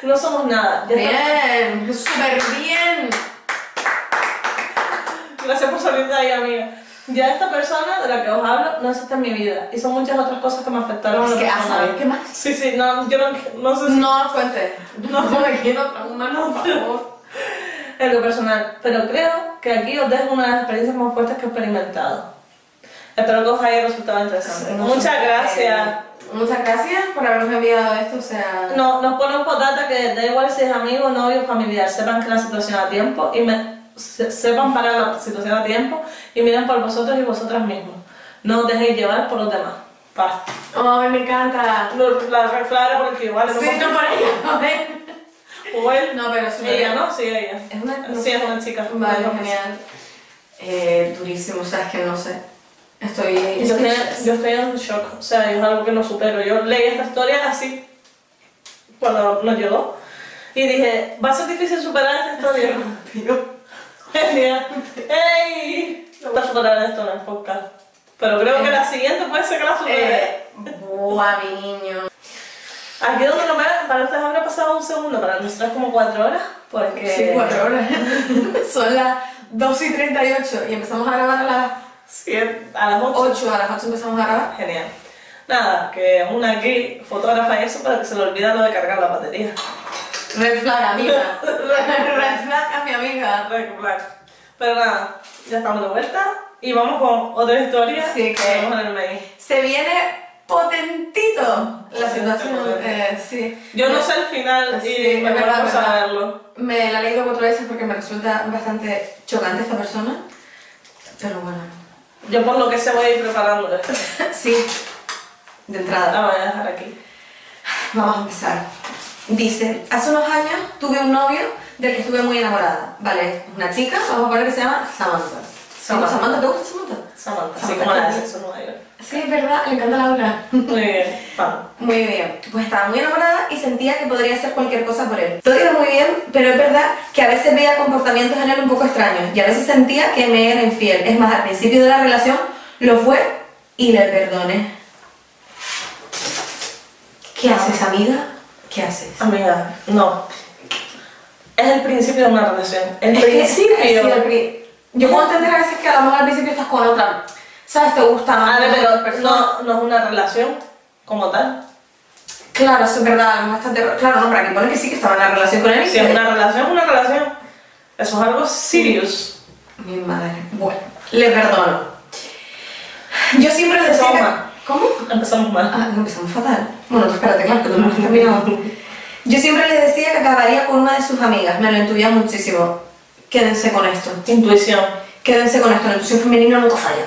[SPEAKER 1] no somos nada.
[SPEAKER 2] O sea,
[SPEAKER 1] Ya está.
[SPEAKER 2] bien, súper bien.
[SPEAKER 1] Gracias por salir de ahí, amiga. Ya esta persona de la que os hablo no existe en mi vida y son muchas otras cosas que me afectaron
[SPEAKER 2] Es
[SPEAKER 1] en lo
[SPEAKER 2] que, a
[SPEAKER 1] personal.
[SPEAKER 2] saber qué más.
[SPEAKER 1] Sí, sí, no, yo no, no sé si-
[SPEAKER 2] No nos cuentes. No, me quiero traumar, por favor.
[SPEAKER 1] en lo personal, pero creo que aquí os dejo una de las experiencias más fuertes que he experimentado. Espero que os haya resultado interesante. Muchas gracias.
[SPEAKER 2] Eh, Muchas gracias por habernos enviado esto, o sea...
[SPEAKER 1] No, nos pone un potata que da igual si es amigo, novio o familiar, sepan que la situación a tiempo y me- se- sepan parar la situación a tiempo y miren por vosotros y vosotras mismos. No os dejéis llevar por los demás. Paz.
[SPEAKER 2] Ay, me encanta.
[SPEAKER 1] Lo- La red flag era porque igual
[SPEAKER 2] Sí, no, por ahí, a ver.
[SPEAKER 1] O él.
[SPEAKER 2] No, pero es una-
[SPEAKER 1] Ella, ¿no? Sí, ella.
[SPEAKER 2] Es una, no
[SPEAKER 1] sí,
[SPEAKER 2] sé.
[SPEAKER 1] es una chica.
[SPEAKER 2] Vale,
[SPEAKER 1] No, no,
[SPEAKER 2] genial. Eh, durísimo, o sea, es que no sé. Estoy...
[SPEAKER 1] sí. pues, Yo estoy, yo estoy en shock, o sea, es algo que no supero. Yo leí esta historia así cuando nos llegó y dije, va a ser difícil superar esta historia. Genial. ¡Ey! No voy a superar esto en el podcast. Pero creo que la siguiente puede ser que la supere.
[SPEAKER 2] Eh, buah, mi niño.
[SPEAKER 1] Aquí donde lo vean, para ustedes habrá pasado un segundo, para nosotras como cuatro horas, porque...
[SPEAKER 2] Sí, cuatro horas. Son las 2 y 38 y empezamos a grabar a las
[SPEAKER 1] Sí, a las ocho.
[SPEAKER 2] 8, a las 8 empezamos a grabar.
[SPEAKER 1] Genial. Nada, que una aquí, fotógrafa y eso, pero que se le olvida lo de cargar la batería.
[SPEAKER 2] Red flag, amiga. Red flag a mi amiga.
[SPEAKER 1] Red flag. Pero nada, ya estamos de vuelta y vamos con otra historia
[SPEAKER 2] Sí,
[SPEAKER 1] que
[SPEAKER 2] que-
[SPEAKER 1] vemos en el mail.
[SPEAKER 2] Se viene potentito la situación.
[SPEAKER 1] Potente.
[SPEAKER 2] Eh, sí.
[SPEAKER 1] Yo no sé el final
[SPEAKER 2] Sí,
[SPEAKER 1] y me
[SPEAKER 2] es verdad,
[SPEAKER 1] muero por
[SPEAKER 2] verdad.
[SPEAKER 1] saberlo.
[SPEAKER 2] Me la he leído cuatro veces porque me resulta bastante chocante esta persona. Pero bueno.
[SPEAKER 1] Yo por lo que se voy a ir preparando esto.
[SPEAKER 2] Sí, de entrada.
[SPEAKER 1] La voy a dejar aquí.
[SPEAKER 2] Vamos a empezar. Dice, hace unos años tuve un novio del que estuve muy enamorada. Vale, es una chica, vamos a poner que se llama Samantha.
[SPEAKER 1] Samantha.
[SPEAKER 2] Samantha, Samantha ¿te gusta Samantha?
[SPEAKER 1] Samantha, así
[SPEAKER 2] Samantha,
[SPEAKER 1] como la de
[SPEAKER 2] ¿qué?
[SPEAKER 1] sexo nueva York.
[SPEAKER 2] Sí, es verdad, le encanta la obra.
[SPEAKER 1] Muy bien, vamos.
[SPEAKER 2] Muy bien, pues estaba muy enamorada y sentía que podría hacer cualquier cosa por él. Todo iba muy bien, pero es verdad que a veces veía comportamientos en él un poco extraños y a veces sentía que me era infiel. Es más, al principio de la relación lo fue y le perdoné. ¿Qué haces, amiga? ¿Qué haces?
[SPEAKER 1] Amiga, no. Es el principio de una relación. El
[SPEAKER 2] Es que- sí,
[SPEAKER 1] principio.
[SPEAKER 2] al pri- yo puedo entender a veces que a lo mejor al principio estás con otra, ¿sabes? Te gusta más.
[SPEAKER 1] Vale,
[SPEAKER 2] una otra
[SPEAKER 1] pero
[SPEAKER 2] persona.
[SPEAKER 1] Ah, no, no es una relación como tal.
[SPEAKER 2] Claro, eso es verdad, a lo mejor estás de- Claro, no, para que pone que sí que estaba en la relación con él. y
[SPEAKER 1] Si
[SPEAKER 2] que-
[SPEAKER 1] es una relación, es una relación. Eso es algo serious.
[SPEAKER 2] Mi madre. Bueno, le perdono. Yo siempre decía... que-
[SPEAKER 1] Toma.
[SPEAKER 2] ¿Cómo?
[SPEAKER 1] Empezamos mal.
[SPEAKER 2] Ah, no, empezamos fatal. Bueno, tú espérate, claro, que tú no lo has terminado. Yo siempre le decía que acabaría con una de sus amigas, me lo intuía muchísimo. Quédense con esto.
[SPEAKER 1] Intuición.
[SPEAKER 2] Quédense con esto, la intuición femenina nunca falla.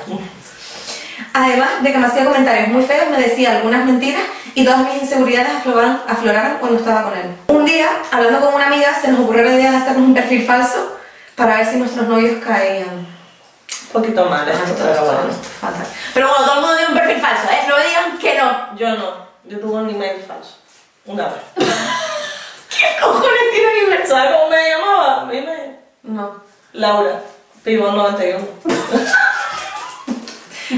[SPEAKER 2] Además de que me hacía comentarios muy feos, me decía algunas mentiras y todas mis inseguridades afloraron, afloraron cuando estaba con él. Un día, hablando con una amiga, se nos ocurrió la idea de hacernos un perfil falso para ver si nuestros novios caían.
[SPEAKER 1] Un poquito mal
[SPEAKER 2] Ah,
[SPEAKER 1] esto,
[SPEAKER 2] esto,
[SPEAKER 1] pero
[SPEAKER 2] esto,
[SPEAKER 1] bueno.
[SPEAKER 2] esto, fatal. Pero bueno, todo el mundo tiene un perfil falso, ¿eh? No digan que no.
[SPEAKER 1] Yo no. Yo tuve un email falso. Una vez.
[SPEAKER 2] ¿Qué cojones tiene mi perfil?
[SPEAKER 1] ¿Sabes cómo me llamaba? Mi email.
[SPEAKER 2] No.
[SPEAKER 1] Laura. Pivo 91.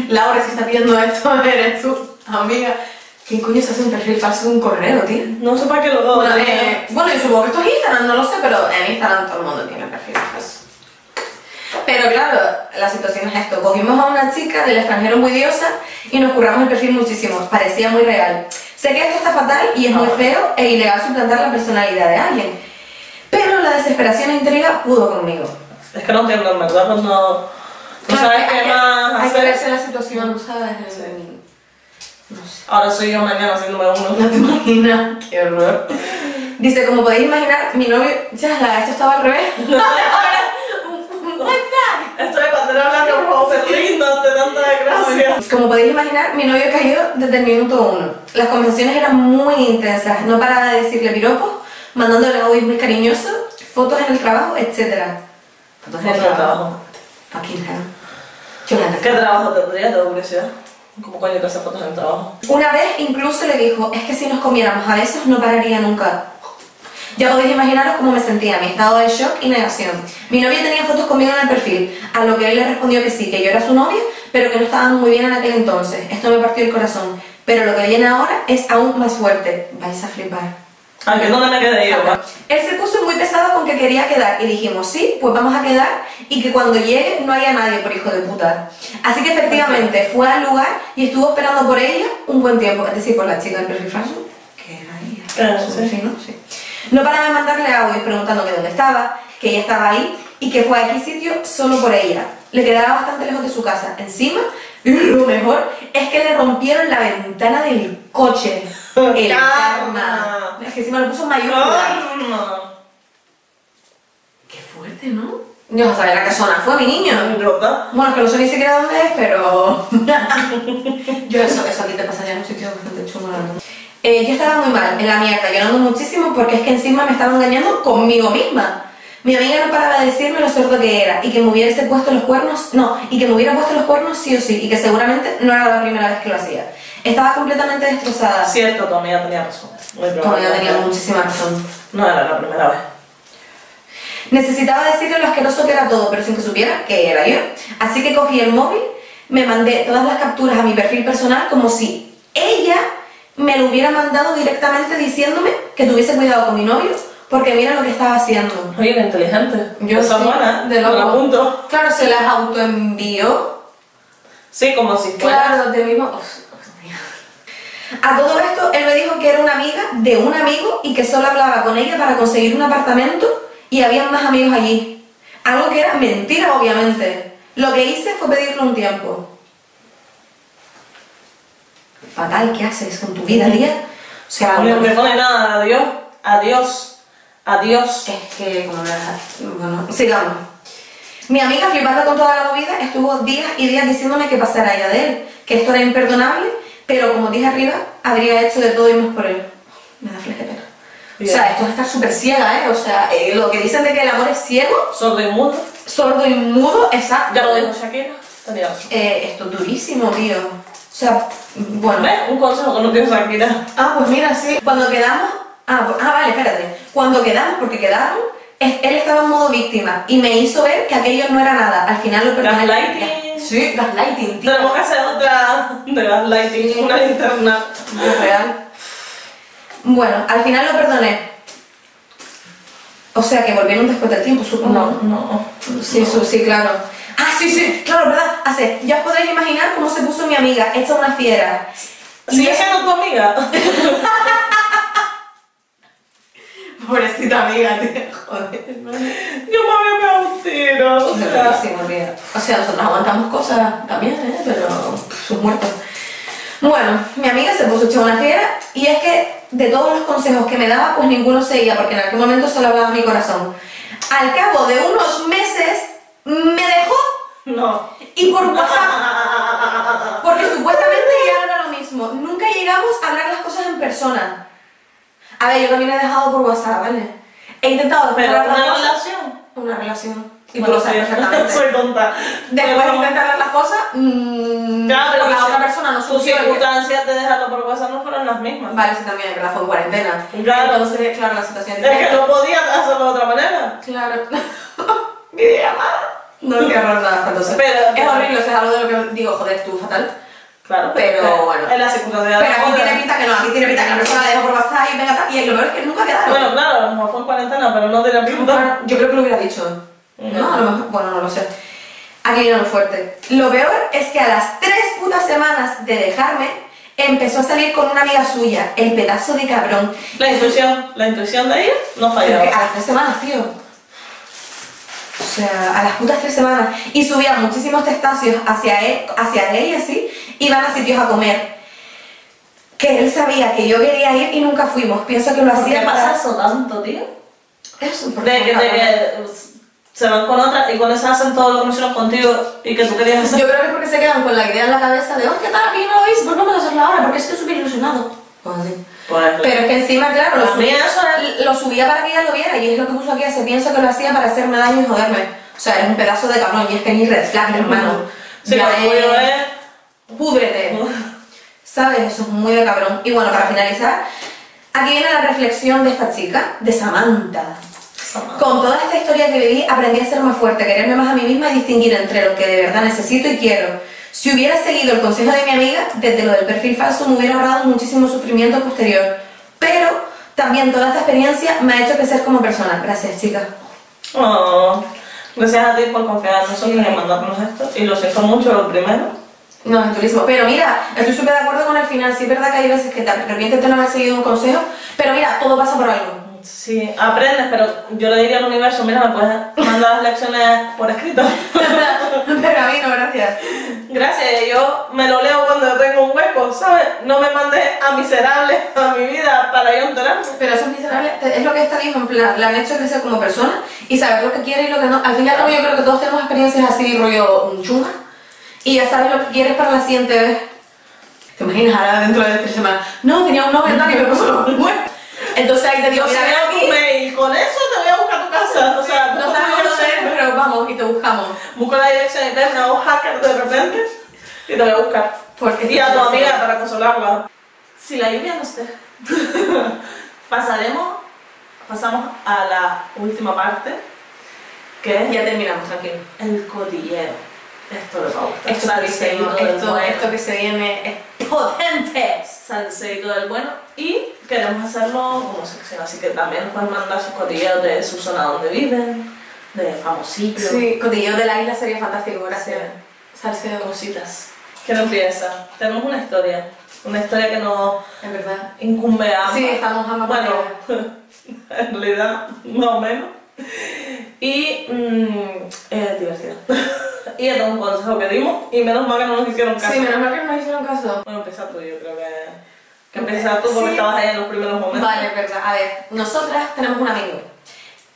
[SPEAKER 2] Laura, si está viendo esto, eres tú, amiga. ¿Quién coño se hace un perfil falso de un correo, tío?
[SPEAKER 1] No sé para qué lo hago.
[SPEAKER 2] Bueno, eh, bueno, yo supongo que esto es Instagram, no lo sé, pero en Instagram todo el mundo tiene perfil falso. Pero claro, la situación es esto. Cogimos a una chica del extranjero muy diosa y nos curramos el perfil muchísimo. Parecía muy real. Sé que esto está fatal y es muy
[SPEAKER 1] Ah.
[SPEAKER 2] feo e ilegal suplantar la personalidad de alguien. Pero la desesperación e intriga pudo conmigo.
[SPEAKER 1] Es que no entiendo, en verdad, pues no. No
[SPEAKER 2] Claro,
[SPEAKER 1] sabes
[SPEAKER 2] hay
[SPEAKER 1] qué
[SPEAKER 2] que-
[SPEAKER 1] más
[SPEAKER 2] Hay que
[SPEAKER 1] hacer.
[SPEAKER 2] verse la situación, ¿sabes?
[SPEAKER 1] Sí.
[SPEAKER 2] No sé.
[SPEAKER 1] Ahora soy yo mañana haciéndome uno.
[SPEAKER 2] No te imaginas, qué horror. Dice, como podéis imaginar, mi novio, ya, la, esto estaba al revés. Ahora, what the-
[SPEAKER 1] Esto de cuando era hablando como se linda, te tanta gracia.
[SPEAKER 2] Como podéis imaginar, mi novio cayó desde el minuto uno. Las conversaciones eran muy intensas, no paraba de decirle piropos, mandándole audios muy cariñosos, fotos en el trabajo, etc.
[SPEAKER 1] Fotos
[SPEAKER 2] Fotos en el
[SPEAKER 1] en el
[SPEAKER 2] trabajo.
[SPEAKER 1] trabajo.
[SPEAKER 2] Fucking hell. Jonathan.
[SPEAKER 1] ¿Qué trabajo tendría? Tengo curiosidad. ¿Cómo coño te hace fotos en el trabajo?
[SPEAKER 2] Una vez incluso le dijo, es que si nos comiéramos a besos no pararía nunca. Ya podéis imaginaros cómo me sentía, mi estado de shock y negación. Mi novia tenía fotos conmigo en el perfil, a lo que él le respondió que sí, que yo era su novia, pero que no estaban muy bien en aquel entonces. Esto me partió el corazón. Pero lo que viene ahora es aún más fuerte. Vais a flipar.
[SPEAKER 1] Aunque Ah, no me quedé yo, ¿no?
[SPEAKER 2] Él se puso muy pesado con que quería quedar y dijimos, sí, pues vamos a quedar y que cuando llegue no haya nadie por hijo de puta. Así que efectivamente fue al lugar y estuvo esperando por ella un buen tiempo, es decir, por la chica del Perry Franson, que era ella.
[SPEAKER 1] Claro,
[SPEAKER 2] su
[SPEAKER 1] Ah, sí.
[SPEAKER 2] vecino, sí. No para de mandarle audios preguntándome dónde estaba, que ella estaba ahí y que fue a X sitio solo por ella. Le quedaba bastante lejos de su casa. Encima, lo mejor es que le rompieron la ventana del coche. El karma.
[SPEAKER 1] Karma.
[SPEAKER 2] Es que encima lo puso mayúscula.
[SPEAKER 1] ¡Carma!
[SPEAKER 2] Qué fuerte, ¿no? Dios, a saber a qué zona fue mi niño.
[SPEAKER 1] ¿Verdad?
[SPEAKER 2] Bueno, es que no sé ni siquiera dónde es, pero. yo, eso, eso a ti te pasaría en un sitio bastante chulo, la verdad. Eh, yo estaba muy mal, en la mierda, llorando muchísimo porque es que encima me estaba engañando conmigo misma. Mi amiga no paraba de decirme lo sordo que era y que me hubiese puesto los cuernos, no, y que me hubiera puesto los cuernos sí o sí, y que seguramente no era la primera vez que lo hacía. Estaba completamente destrozada.
[SPEAKER 1] Ah, Cierto, tu amiga tenía razón. Muy
[SPEAKER 2] Como yo
[SPEAKER 1] probablemente.
[SPEAKER 2] tenía muchísima razón.
[SPEAKER 1] No era la primera vez.
[SPEAKER 2] Necesitaba decirle lo asqueroso que era todo, pero sin que supiera que era yo. Así que cogí el móvil, me mandé todas las capturas a mi perfil personal como si ella me lo hubiera mandado directamente diciéndome que tuviese cuidado con mi novio, porque mira lo que estaba haciendo.
[SPEAKER 1] Oye, qué inteligente. Esa
[SPEAKER 2] sí,
[SPEAKER 1] buena, ¿eh?
[SPEAKER 2] de
[SPEAKER 1] Lo
[SPEAKER 2] loco.
[SPEAKER 1] apunto.
[SPEAKER 2] Claro, se las autoenvió.
[SPEAKER 1] Sí, como si fuera.
[SPEAKER 2] Claro, de mismo. Uf, Oh, Dios mío. A todo esto, él me dijo que era una amiga de un amigo y que solo hablaba con ella para conseguir un apartamento y había más amigos allí. Algo que era mentira, obviamente. Lo que hice fue pedirle un tiempo. Fatal, ¿qué haces con tu vida, tía? O sea,
[SPEAKER 1] Ni me
[SPEAKER 2] bueno,
[SPEAKER 1] pone nada, adiós, adiós, adiós.
[SPEAKER 2] es que, como la- Bueno, sigamos. Mi amiga, flipando con toda la movida, estuvo días y días diciéndome que pasara ella de él, que esto era imperdonable, pero como dije arriba, habría hecho de todo y más por él. Me da flejera. O sea, esto es estar súper ciega, ¿eh? O sea, eh, lo que dicen de que el amor es ciego,
[SPEAKER 1] Sordo y mudo.
[SPEAKER 2] sordo y mudo, exacto.
[SPEAKER 1] Ya lo dijo Shakira, tenía razón.
[SPEAKER 2] Eh, esto es durísimo, tío. O sea, bueno.
[SPEAKER 1] ¿Ves? Un consejo que no tiene Shakira.
[SPEAKER 2] Ah, pues mira, sí. Cuando quedamos. Ah, pues- ah, vale, espérate. Cuando quedamos, porque quedaron, es- él estaba en modo víctima y me hizo ver que aquello no era nada. Al final lo perdoné.
[SPEAKER 1] Gaslighting.
[SPEAKER 2] Sí, gaslighting, tío.
[SPEAKER 1] Tenemos que hacer otra de las lighting, una linterna.
[SPEAKER 2] Es real. Bueno, al final lo perdoné. O sea que volvieron después del tiempo, supongo.
[SPEAKER 1] No, no.
[SPEAKER 2] Sí, su- sí, claro. Ah, sí, sí, claro, ¿verdad? Hace, ya os podréis imaginar cómo se puso mi amiga, hecha una fiera.
[SPEAKER 1] Sigue siendo tu amiga.
[SPEAKER 2] Pobrecita amiga, tío, joder.
[SPEAKER 1] Yo me había pegado un tiro. O sea,
[SPEAKER 2] Sí, muy bien. O sea, nosotros aguantamos cosas también, ¿eh? pero sus muertos. Bueno, mi amiga se puso hecha una fiera y es que de todos los consejos que me daba, pues ninguno seguía, porque en aquel momento solo hablaba mi corazón. Al cabo de unos meses, me dejó
[SPEAKER 1] no.
[SPEAKER 2] y por WhatsApp. Porque supuestamente ya era lo mismo. Nunca llegamos a hablar las cosas en persona. A ver, yo también he dejado por WhatsApp, ¿vale? He intentado
[SPEAKER 1] Pero
[SPEAKER 2] hablar las
[SPEAKER 1] una
[SPEAKER 2] cosas-
[SPEAKER 1] relación.
[SPEAKER 2] Una relación. Y tú
[SPEAKER 1] Bueno,
[SPEAKER 2] lo sabes
[SPEAKER 1] sí,
[SPEAKER 2] perfectamente.
[SPEAKER 1] Soy tonta.
[SPEAKER 2] Después
[SPEAKER 1] Pero-
[SPEAKER 2] de intentar ver las cosas, mmm,
[SPEAKER 1] Ya, pero
[SPEAKER 2] la
[SPEAKER 1] que
[SPEAKER 2] otra
[SPEAKER 1] si-
[SPEAKER 2] persona no
[SPEAKER 1] Tus
[SPEAKER 2] funciona.
[SPEAKER 1] circunstancias de dejarlo por WhatsApp no fueron las mismas.
[SPEAKER 2] Vale, sí, también, que la fue en cuarentena.
[SPEAKER 1] Claro.
[SPEAKER 2] Entonces, claro, la situación
[SPEAKER 1] Es que no podía hacerlo de otra manera.
[SPEAKER 2] Claro. Videollamada. No, qué horror, nada, entonces.
[SPEAKER 1] Pero-
[SPEAKER 2] es horrible, o sea, es algo de lo que digo, joder, tú, fatal.
[SPEAKER 1] Claro,
[SPEAKER 2] Pero bueno.
[SPEAKER 1] En la circunstancia
[SPEAKER 2] Pero aquí tiene pinta que no, aquí tiene pinta que la persona la dejó por WhatsApp y venga, tal, y lo peor es que nunca quedaron.
[SPEAKER 1] Bueno, claro, a lo mejor fue en cuarentena, pero no tiene pinta.
[SPEAKER 2] Yo creo que lo hubiera dicho. No, a lo mejor, bueno, no lo sé. Aquí no lo fuerte. Lo peor es que a las tres putas semanas de dejarme, empezó a salir con una amiga suya, el pedazo de cabrón.
[SPEAKER 1] La intuición, la intuición de ella no
[SPEAKER 2] Pero que
[SPEAKER 1] fallaba.
[SPEAKER 2] a las tres semanas, tío. O sea, a las putas tres semanas. Y subía muchísimos testacios hacia él, hacia él y así, iban a sitios a comer. que él sabía que yo quería ir y nunca fuimos. Pienso que lo
[SPEAKER 1] ¿Por qué
[SPEAKER 2] hacía
[SPEAKER 1] pasa eso tanto, tío?
[SPEAKER 2] Eso, por
[SPEAKER 1] De que, de
[SPEAKER 2] favor.
[SPEAKER 1] que se van con otra y con esa hacen todo lo que no hicieron contigo y que tú querías hacer.
[SPEAKER 2] Yo creo que es porque se quedan con la idea en la cabeza de, oh, ¿qué tal? Aquí no lo hice, pues no me lo haces ahora, porque estoy súper ilusionado. Pues así.
[SPEAKER 1] Pues,
[SPEAKER 2] Pero es que encima, claro, lo
[SPEAKER 1] Para mí
[SPEAKER 2] subía,
[SPEAKER 1] eso es-
[SPEAKER 2] lo subía para que ella lo viera y es lo que puso aquí hace pienso que lo hacía para hacerme daño y joderme. O sea, eres un pedazo de cabrón y es que ni red flag, hermano.
[SPEAKER 1] pues. sí, pues, eh.
[SPEAKER 2] Ya
[SPEAKER 1] lo tuyo es-
[SPEAKER 2] Púdrete. ¿Sabes? Eso es muy de cabrón. Y bueno, para finalizar, aquí viene la reflexión de esta chica, de Samantha. Con toda esta historia que viví, aprendí a ser más fuerte, quererme más a mí misma y distinguir entre lo que de verdad necesito y quiero. Si hubiera seguido el consejo de mi amiga, desde lo del perfil falso me hubiera ahorrado muchísimo sufrimiento posterior. Pero también toda esta experiencia me ha hecho crecer como persona. Gracias, chicas.
[SPEAKER 1] Oh, gracias a ti por confiar en nosotros
[SPEAKER 2] Sí.
[SPEAKER 1] y mandarnos esto. Y lo siento mucho, lo primero.
[SPEAKER 2] No, es durísimo. Pero mira, estoy súper de acuerdo con el final. Sí es verdad que hay veces que te arrepientes de no haber seguido un consejo, pero mira, todo pasa por algo.
[SPEAKER 1] Sí, aprendes, pero yo le diría al universo, mira, me puedes mandar las lecciones por escrito.
[SPEAKER 2] pero a mí no, gracias.
[SPEAKER 1] Gracias, yo me lo leo cuando tengo un hueco, ¿sabes? No me mandes a miserables a mi vida para yo enterarme.
[SPEAKER 2] Pero eso es miserable, te- es lo que esta dijo, en plan, la han hecho crecer como persona y saber lo que quiere y lo que no. Al final, yo creo que todos tenemos experiencias así, rollo mm, chungas, y ya sabes lo que quieres para la siguiente vez. ¿Te imaginas ahora dentro de tres semanas? No, tenía un novio tal, y me puso los huevos. Entonces ahí te digo,
[SPEAKER 1] Yo si
[SPEAKER 2] mira, ven
[SPEAKER 1] veo
[SPEAKER 2] aquí,
[SPEAKER 1] tu mail, con eso te voy a buscar tu casa. O sea,
[SPEAKER 2] no sabemos dónde eres, pero vamos y te buscamos.
[SPEAKER 1] Busco la dirección y te una voz hacker de repente y te voy a buscar.
[SPEAKER 2] Porque
[SPEAKER 1] Y a tu amiga para consolarla. Si la lluvia nos deja, pasaremos, pasamos a la última parte, que es
[SPEAKER 2] Ya terminamos, tranquilo.
[SPEAKER 1] el cotilleo. Esto lo va a gustar.
[SPEAKER 2] Esto, que se-
[SPEAKER 1] Salseíto del
[SPEAKER 2] esto,
[SPEAKER 1] bueno.
[SPEAKER 2] esto que se viene es potente.
[SPEAKER 1] Salseíto del bueno. Y queremos hacerlo como sección, así que también nos pueden mandar sus cotilleos de su zona donde viven, de famosillos,
[SPEAKER 2] Sí, cotilleo de la isla sería fantástico, gracias. Salseo,
[SPEAKER 1] cositas. ¿Quién empieza? Tenemos una historia. Una historia que nos
[SPEAKER 2] en verdad.
[SPEAKER 1] incumbe a ambas.
[SPEAKER 2] Sí, estamos ambas
[SPEAKER 1] Bueno, en realidad, más o menos. Y mm, es divertida. y era un consejo que dimos y menos mal que no nos hicieron caso.
[SPEAKER 2] Sí, menos mal que no hicieron caso.
[SPEAKER 1] Bueno, empieza tú, yo creo que... Que empieza tú porque estabas ahí en los primeros momentos.
[SPEAKER 2] Vale, verdad. A ver, nosotras tenemos un amigo.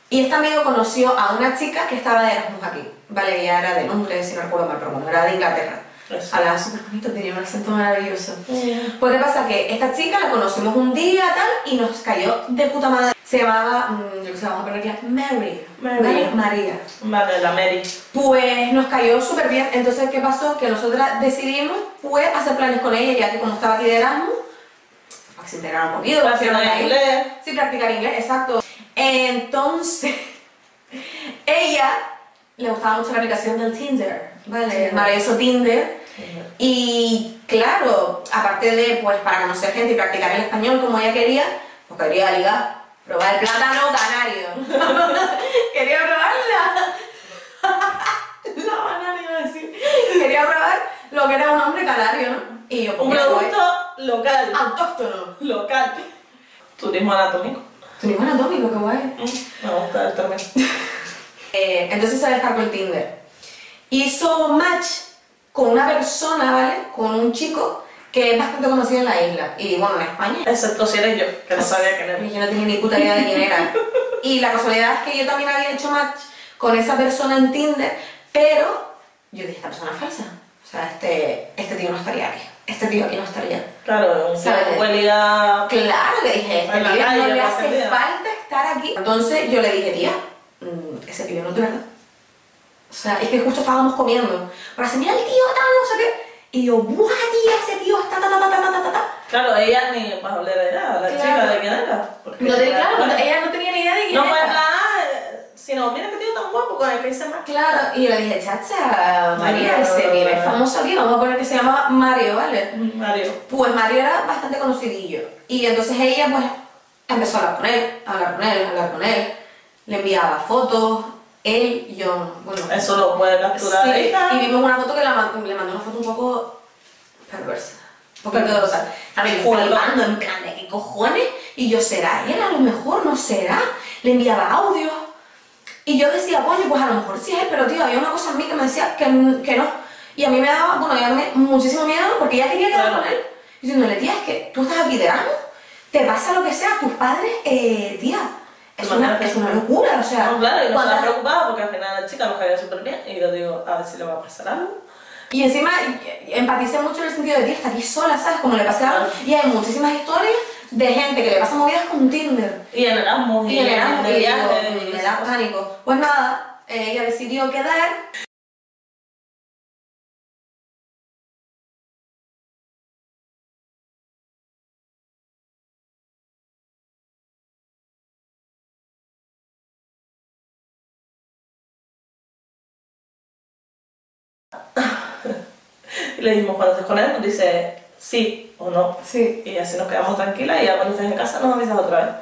[SPEAKER 2] Y este amigo conoció a una chica que estaba de Erasmus aquí. Vale, ella era de Londres, si no recuerdo mal, pero bueno, era de Inglaterra.
[SPEAKER 1] Eso.
[SPEAKER 2] Hablaba súper bonito, tenía un acento maravilloso. Pues qué pasa que esta chica la conocimos un día tal y nos cayó de puta madre. Se llamaba, mm, yo qué sé, vamos a ponerle Mary.
[SPEAKER 1] Mary.
[SPEAKER 2] ¿vale? María.
[SPEAKER 1] Vale, la Mary.
[SPEAKER 2] Pues nos cayó súper bien. Entonces, ¿qué pasó? Que nosotras decidimos pues, hacer planes con ella, ya que como estaba aquí de Erasmus, para que se integrara un poquito,
[SPEAKER 1] Practicar
[SPEAKER 2] que fuera ahí.
[SPEAKER 1] inglés.
[SPEAKER 2] Sí, practicar inglés, exacto. Entonces, ella le gustaba mucho la aplicación del Tinder, ¿vale? El maravilloso Tinder. Y claro, aparte de, pues, para conocer gente y practicar el español como ella quería, pues quería ligar, probar el plátano canario. quería probarla. La banana iba a decir. Quería probar lo que era un hombre canario, ¿no? Y yo,
[SPEAKER 1] Un
[SPEAKER 2] pues, mira,
[SPEAKER 1] producto local.
[SPEAKER 2] guay. autóctono.
[SPEAKER 1] Local. Turismo anatómico.
[SPEAKER 2] Turismo anatómico, qué guay.
[SPEAKER 1] Mm, Me gusta el término.
[SPEAKER 2] Eh, entonces se descargó el Tinder. Hizo match con una persona, ¿vale? Con un chico que es bastante conocido en la isla. Y bueno, en España.
[SPEAKER 1] Excepto si eres yo, que no sabía quién era.
[SPEAKER 2] Y Yo no tenía ni puta idea de quién era. Y la casualidad es que yo también había hecho match con esa persona en Tinder, pero yo dije, esta persona es falsa. O sea, este, este tío no estaría aquí. Este tío aquí no estaría.
[SPEAKER 1] Claro, un
[SPEAKER 2] ¿Sabes?
[SPEAKER 1] tío con huelga-
[SPEAKER 2] Claro que dije, este
[SPEAKER 1] En la
[SPEAKER 2] pibe
[SPEAKER 1] calle,
[SPEAKER 2] no le
[SPEAKER 1] no
[SPEAKER 2] hace
[SPEAKER 1] perdida.
[SPEAKER 2] falta estar aquí. Entonces yo le dije, tía, mm, ese pibe no es de verdad. O sea, es que justo estábamos comiendo. Pero dice, mira el tío, tal, no sé qué. Y yo, ¡buah, tía, ese tío está, ta, ta, ta, ta, ta, ta, ta, ta!
[SPEAKER 1] Claro, ella ni para hablar de nada, la
[SPEAKER 2] Claro.
[SPEAKER 1] chica de quién era. Porque
[SPEAKER 2] No tenía
[SPEAKER 1] era-
[SPEAKER 2] claro, no- ella no tenía ni idea de quién
[SPEAKER 1] No
[SPEAKER 2] era.
[SPEAKER 1] fue nada, eh, sino, mira que tío tan guapo con el que hice más.
[SPEAKER 2] Claro, y yo le dije, chacha, María,
[SPEAKER 1] Mario.
[SPEAKER 2] ese pibe es famoso aquí, vamos a poner que se llama Mario, ¿vale?
[SPEAKER 1] Mario.
[SPEAKER 2] Pues Mario era bastante conocidillo. Y entonces ella, pues, empezó a hablar con él, a hablar con él, a hablar con él. Le enviaba fotos, él y yo, bueno.
[SPEAKER 1] Eso lo puede capturar
[SPEAKER 2] Sí,
[SPEAKER 1] ahí.
[SPEAKER 2] y vimos una foto que la man- le mandó una foto un poco perversa. Un poquito, o sea, a mí me
[SPEAKER 1] Juro.
[SPEAKER 2] flipando, en plan de qué cojones. Y yo, ¿será él? A lo mejor no será. Le enviaba audio. Y yo decía, coño, pues a lo mejor sí es él, pero tío, había una cosa en mí que me decía que, que no. Y a mí me daba, bueno, ya me- muchísimo miedo porque ella quería quedar
[SPEAKER 1] Claro.
[SPEAKER 2] con él. diciéndole, tía, es que tú estás aquí de año, te pasa lo que sea, tus padres, eh, tía, es
[SPEAKER 1] Tu
[SPEAKER 2] una,
[SPEAKER 1] manera de
[SPEAKER 2] es una
[SPEAKER 1] pensar.
[SPEAKER 2] locura, o sea,
[SPEAKER 1] No, claro, y no estaba
[SPEAKER 2] ¿cuántas-
[SPEAKER 1] preocupada porque al final la chica nos caía súper bien y yo digo, a ver si le va a pasar algo.
[SPEAKER 2] Y encima y- empaticé mucho en el sentido de que está aquí sola, ¿sabes? Como le pasaba. Y hay muchísimas historias de gente que le pasa movidas con Tinder.
[SPEAKER 1] Y en Erasmus,
[SPEAKER 2] Y en Erasmus,
[SPEAKER 1] de
[SPEAKER 2] que digo, "Mm,
[SPEAKER 1] viaje, y eh,
[SPEAKER 2] me da pánico. Pues nada, eh, ella decidió quedar.
[SPEAKER 1] Y le dijimos, cuando estés con él, nos dice sí o no.
[SPEAKER 2] Sí.
[SPEAKER 1] Y así nos quedamos tranquilas y ya cuando estés en casa nos avisas otra vez.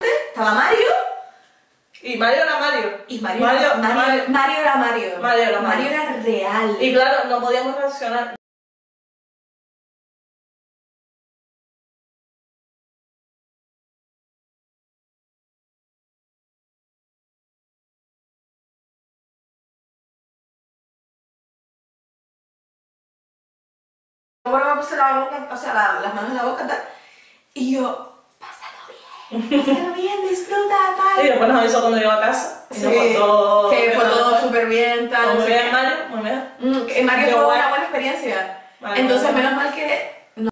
[SPEAKER 2] Estaba Mario.
[SPEAKER 1] Y Mario era Mario.
[SPEAKER 2] Y Mario,
[SPEAKER 1] Mario,
[SPEAKER 2] Mario,
[SPEAKER 1] Mario.
[SPEAKER 2] Mario era Mario.
[SPEAKER 1] Mario era Mario.
[SPEAKER 2] era real.
[SPEAKER 1] Y claro, no podíamos reaccionar.
[SPEAKER 2] Bueno, me puse la boca, o sea, la- las manos en la boca tal, y yo, pásalo bien, pásalo bien, disfruta,
[SPEAKER 1] Y
[SPEAKER 2] tal.
[SPEAKER 1] después nos avisó cuando llegó a casa. Y nos contó.
[SPEAKER 2] que fue
[SPEAKER 1] tal,
[SPEAKER 2] todo
[SPEAKER 1] tal.
[SPEAKER 2] súper bien, tal. no
[SPEAKER 1] Muy
[SPEAKER 2] sé qué.
[SPEAKER 1] bien, Mario, muy bien.
[SPEAKER 2] Mm, que Mario
[SPEAKER 1] Qué
[SPEAKER 2] fue
[SPEAKER 1] guay.
[SPEAKER 2] una buena experiencia.
[SPEAKER 1] Vale,
[SPEAKER 2] Entonces,
[SPEAKER 1] vale.
[SPEAKER 2] menos mal que